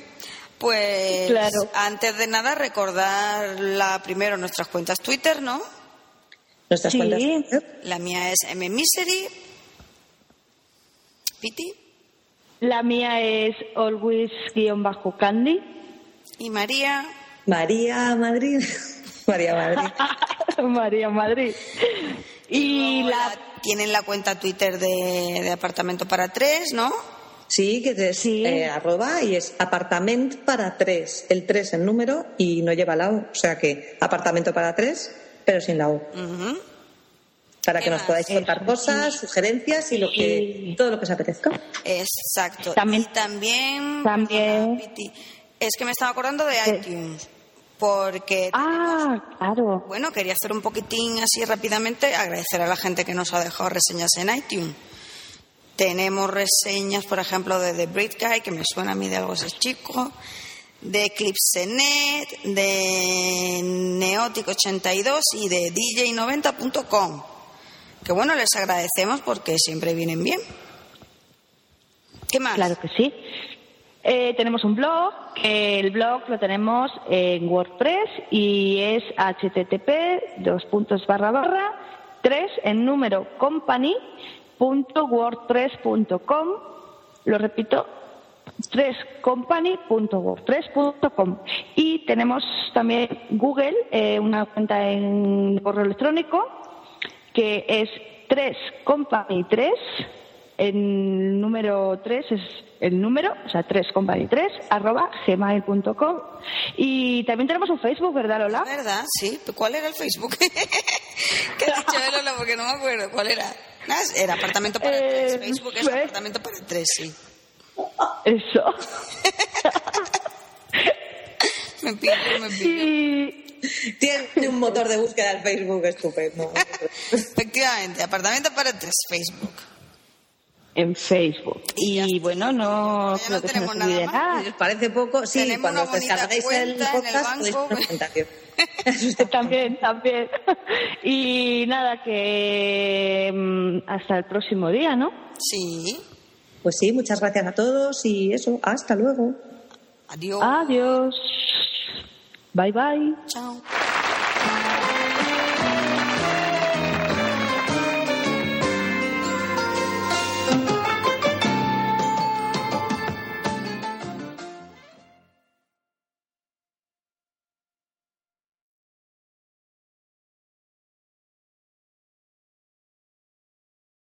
Speaker 4: pues
Speaker 2: Claro.
Speaker 4: antes de nada recordar la, primero nuestras cuentas Twitter, ¿no?
Speaker 3: Nuestras ¿Eh?
Speaker 2: Sí.
Speaker 3: cuentas.
Speaker 4: La mía es mmisery. Piti
Speaker 2: La mía es always-candy.
Speaker 4: y María.
Speaker 3: María Madrid. María Madrid.
Speaker 2: María Madrid. Y
Speaker 4: Luego
Speaker 2: la...
Speaker 4: ah, tienen la cuenta Twitter de, de apartamento para tres, ¿no?
Speaker 3: Sí, que es
Speaker 2: Sí.
Speaker 3: eh, arroba y es apartamento para tres. El tres en número y no lleva la O. O sea que apartamento para tres, pero sin la O.
Speaker 4: Ujú.
Speaker 3: Para
Speaker 4: ¿Qué eh,
Speaker 3: que nos
Speaker 4: más?
Speaker 3: podáis contar cosas, sugerencias y lo que,
Speaker 2: Sí.
Speaker 3: todo lo que os apetezca.
Speaker 4: Exacto.
Speaker 2: También-
Speaker 4: Y también,
Speaker 2: También-
Speaker 4: perdona, Piti, es que me estaba acordando de
Speaker 2: Sí.
Speaker 4: iTunes. Porque
Speaker 2: Ah, claro.
Speaker 4: Bueno, quería hacer un poquitín así rápidamente, agradecer a la gente que nos ha dejado reseñas en iTunes. Tenemos reseñas, por ejemplo, de The Brit Guy, que me suena a mí de algo ese chico, de Eclipse.net, de Neótico82 y de DJ90.com. Que bueno, les agradecemos porque siempre vienen bien. ¿Qué más?
Speaker 2: Claro que sí. Eh, tenemos un blog, que el blog lo tenemos en WordPress y es http dos puntos barra barra tres en número company punto wordpress.com lo repito tres company punto wordpress punto com. y tenemos también Google eh, una cuenta en correo electrónico que es 3 Company 3, el número 3 es el número, o sea, 3 Company 3, arroba gmail.com. Y también tenemos un Facebook, ¿verdad, Lola?
Speaker 4: Ah, ¿Verdad? Sí. ¿Cuál era el Facebook? ¿Qué ha dicho él, Lola? Porque no me acuerdo. ¿Cuál era? Ah, Era apartamento para
Speaker 2: Eh,
Speaker 4: tres. Facebook es
Speaker 2: pues-
Speaker 4: apartamento para tres, sí.
Speaker 2: Eso.
Speaker 4: Me pillo, me pillo.
Speaker 2: Y
Speaker 3: Tiene un motor de búsqueda en Facebook estupendo.
Speaker 4: Efectivamente, apartamento para tres, Facebook.
Speaker 2: en Facebook.
Speaker 4: Y ya
Speaker 2: Y,
Speaker 4: está.
Speaker 2: bueno, no
Speaker 4: Ya no
Speaker 2: creo que se nos
Speaker 4: tenemos nada
Speaker 2: olvide
Speaker 4: más.
Speaker 2: nada.
Speaker 3: Si os parece poco, sí,
Speaker 4: Tenemos
Speaker 3: cuando os
Speaker 4: una bonita
Speaker 3: descarguéis el
Speaker 4: cuenta en el
Speaker 3: podcast podéis
Speaker 4: banco.
Speaker 3: hacer una presentación.
Speaker 2: También, también. Y nada, que mm, hasta el próximo día, ¿no?
Speaker 4: Sí.
Speaker 3: Pues sí, muchas gracias a todos y eso, hasta luego.
Speaker 4: Ah. Adiós.
Speaker 2: Adiós. Bye bye.
Speaker 4: Chao.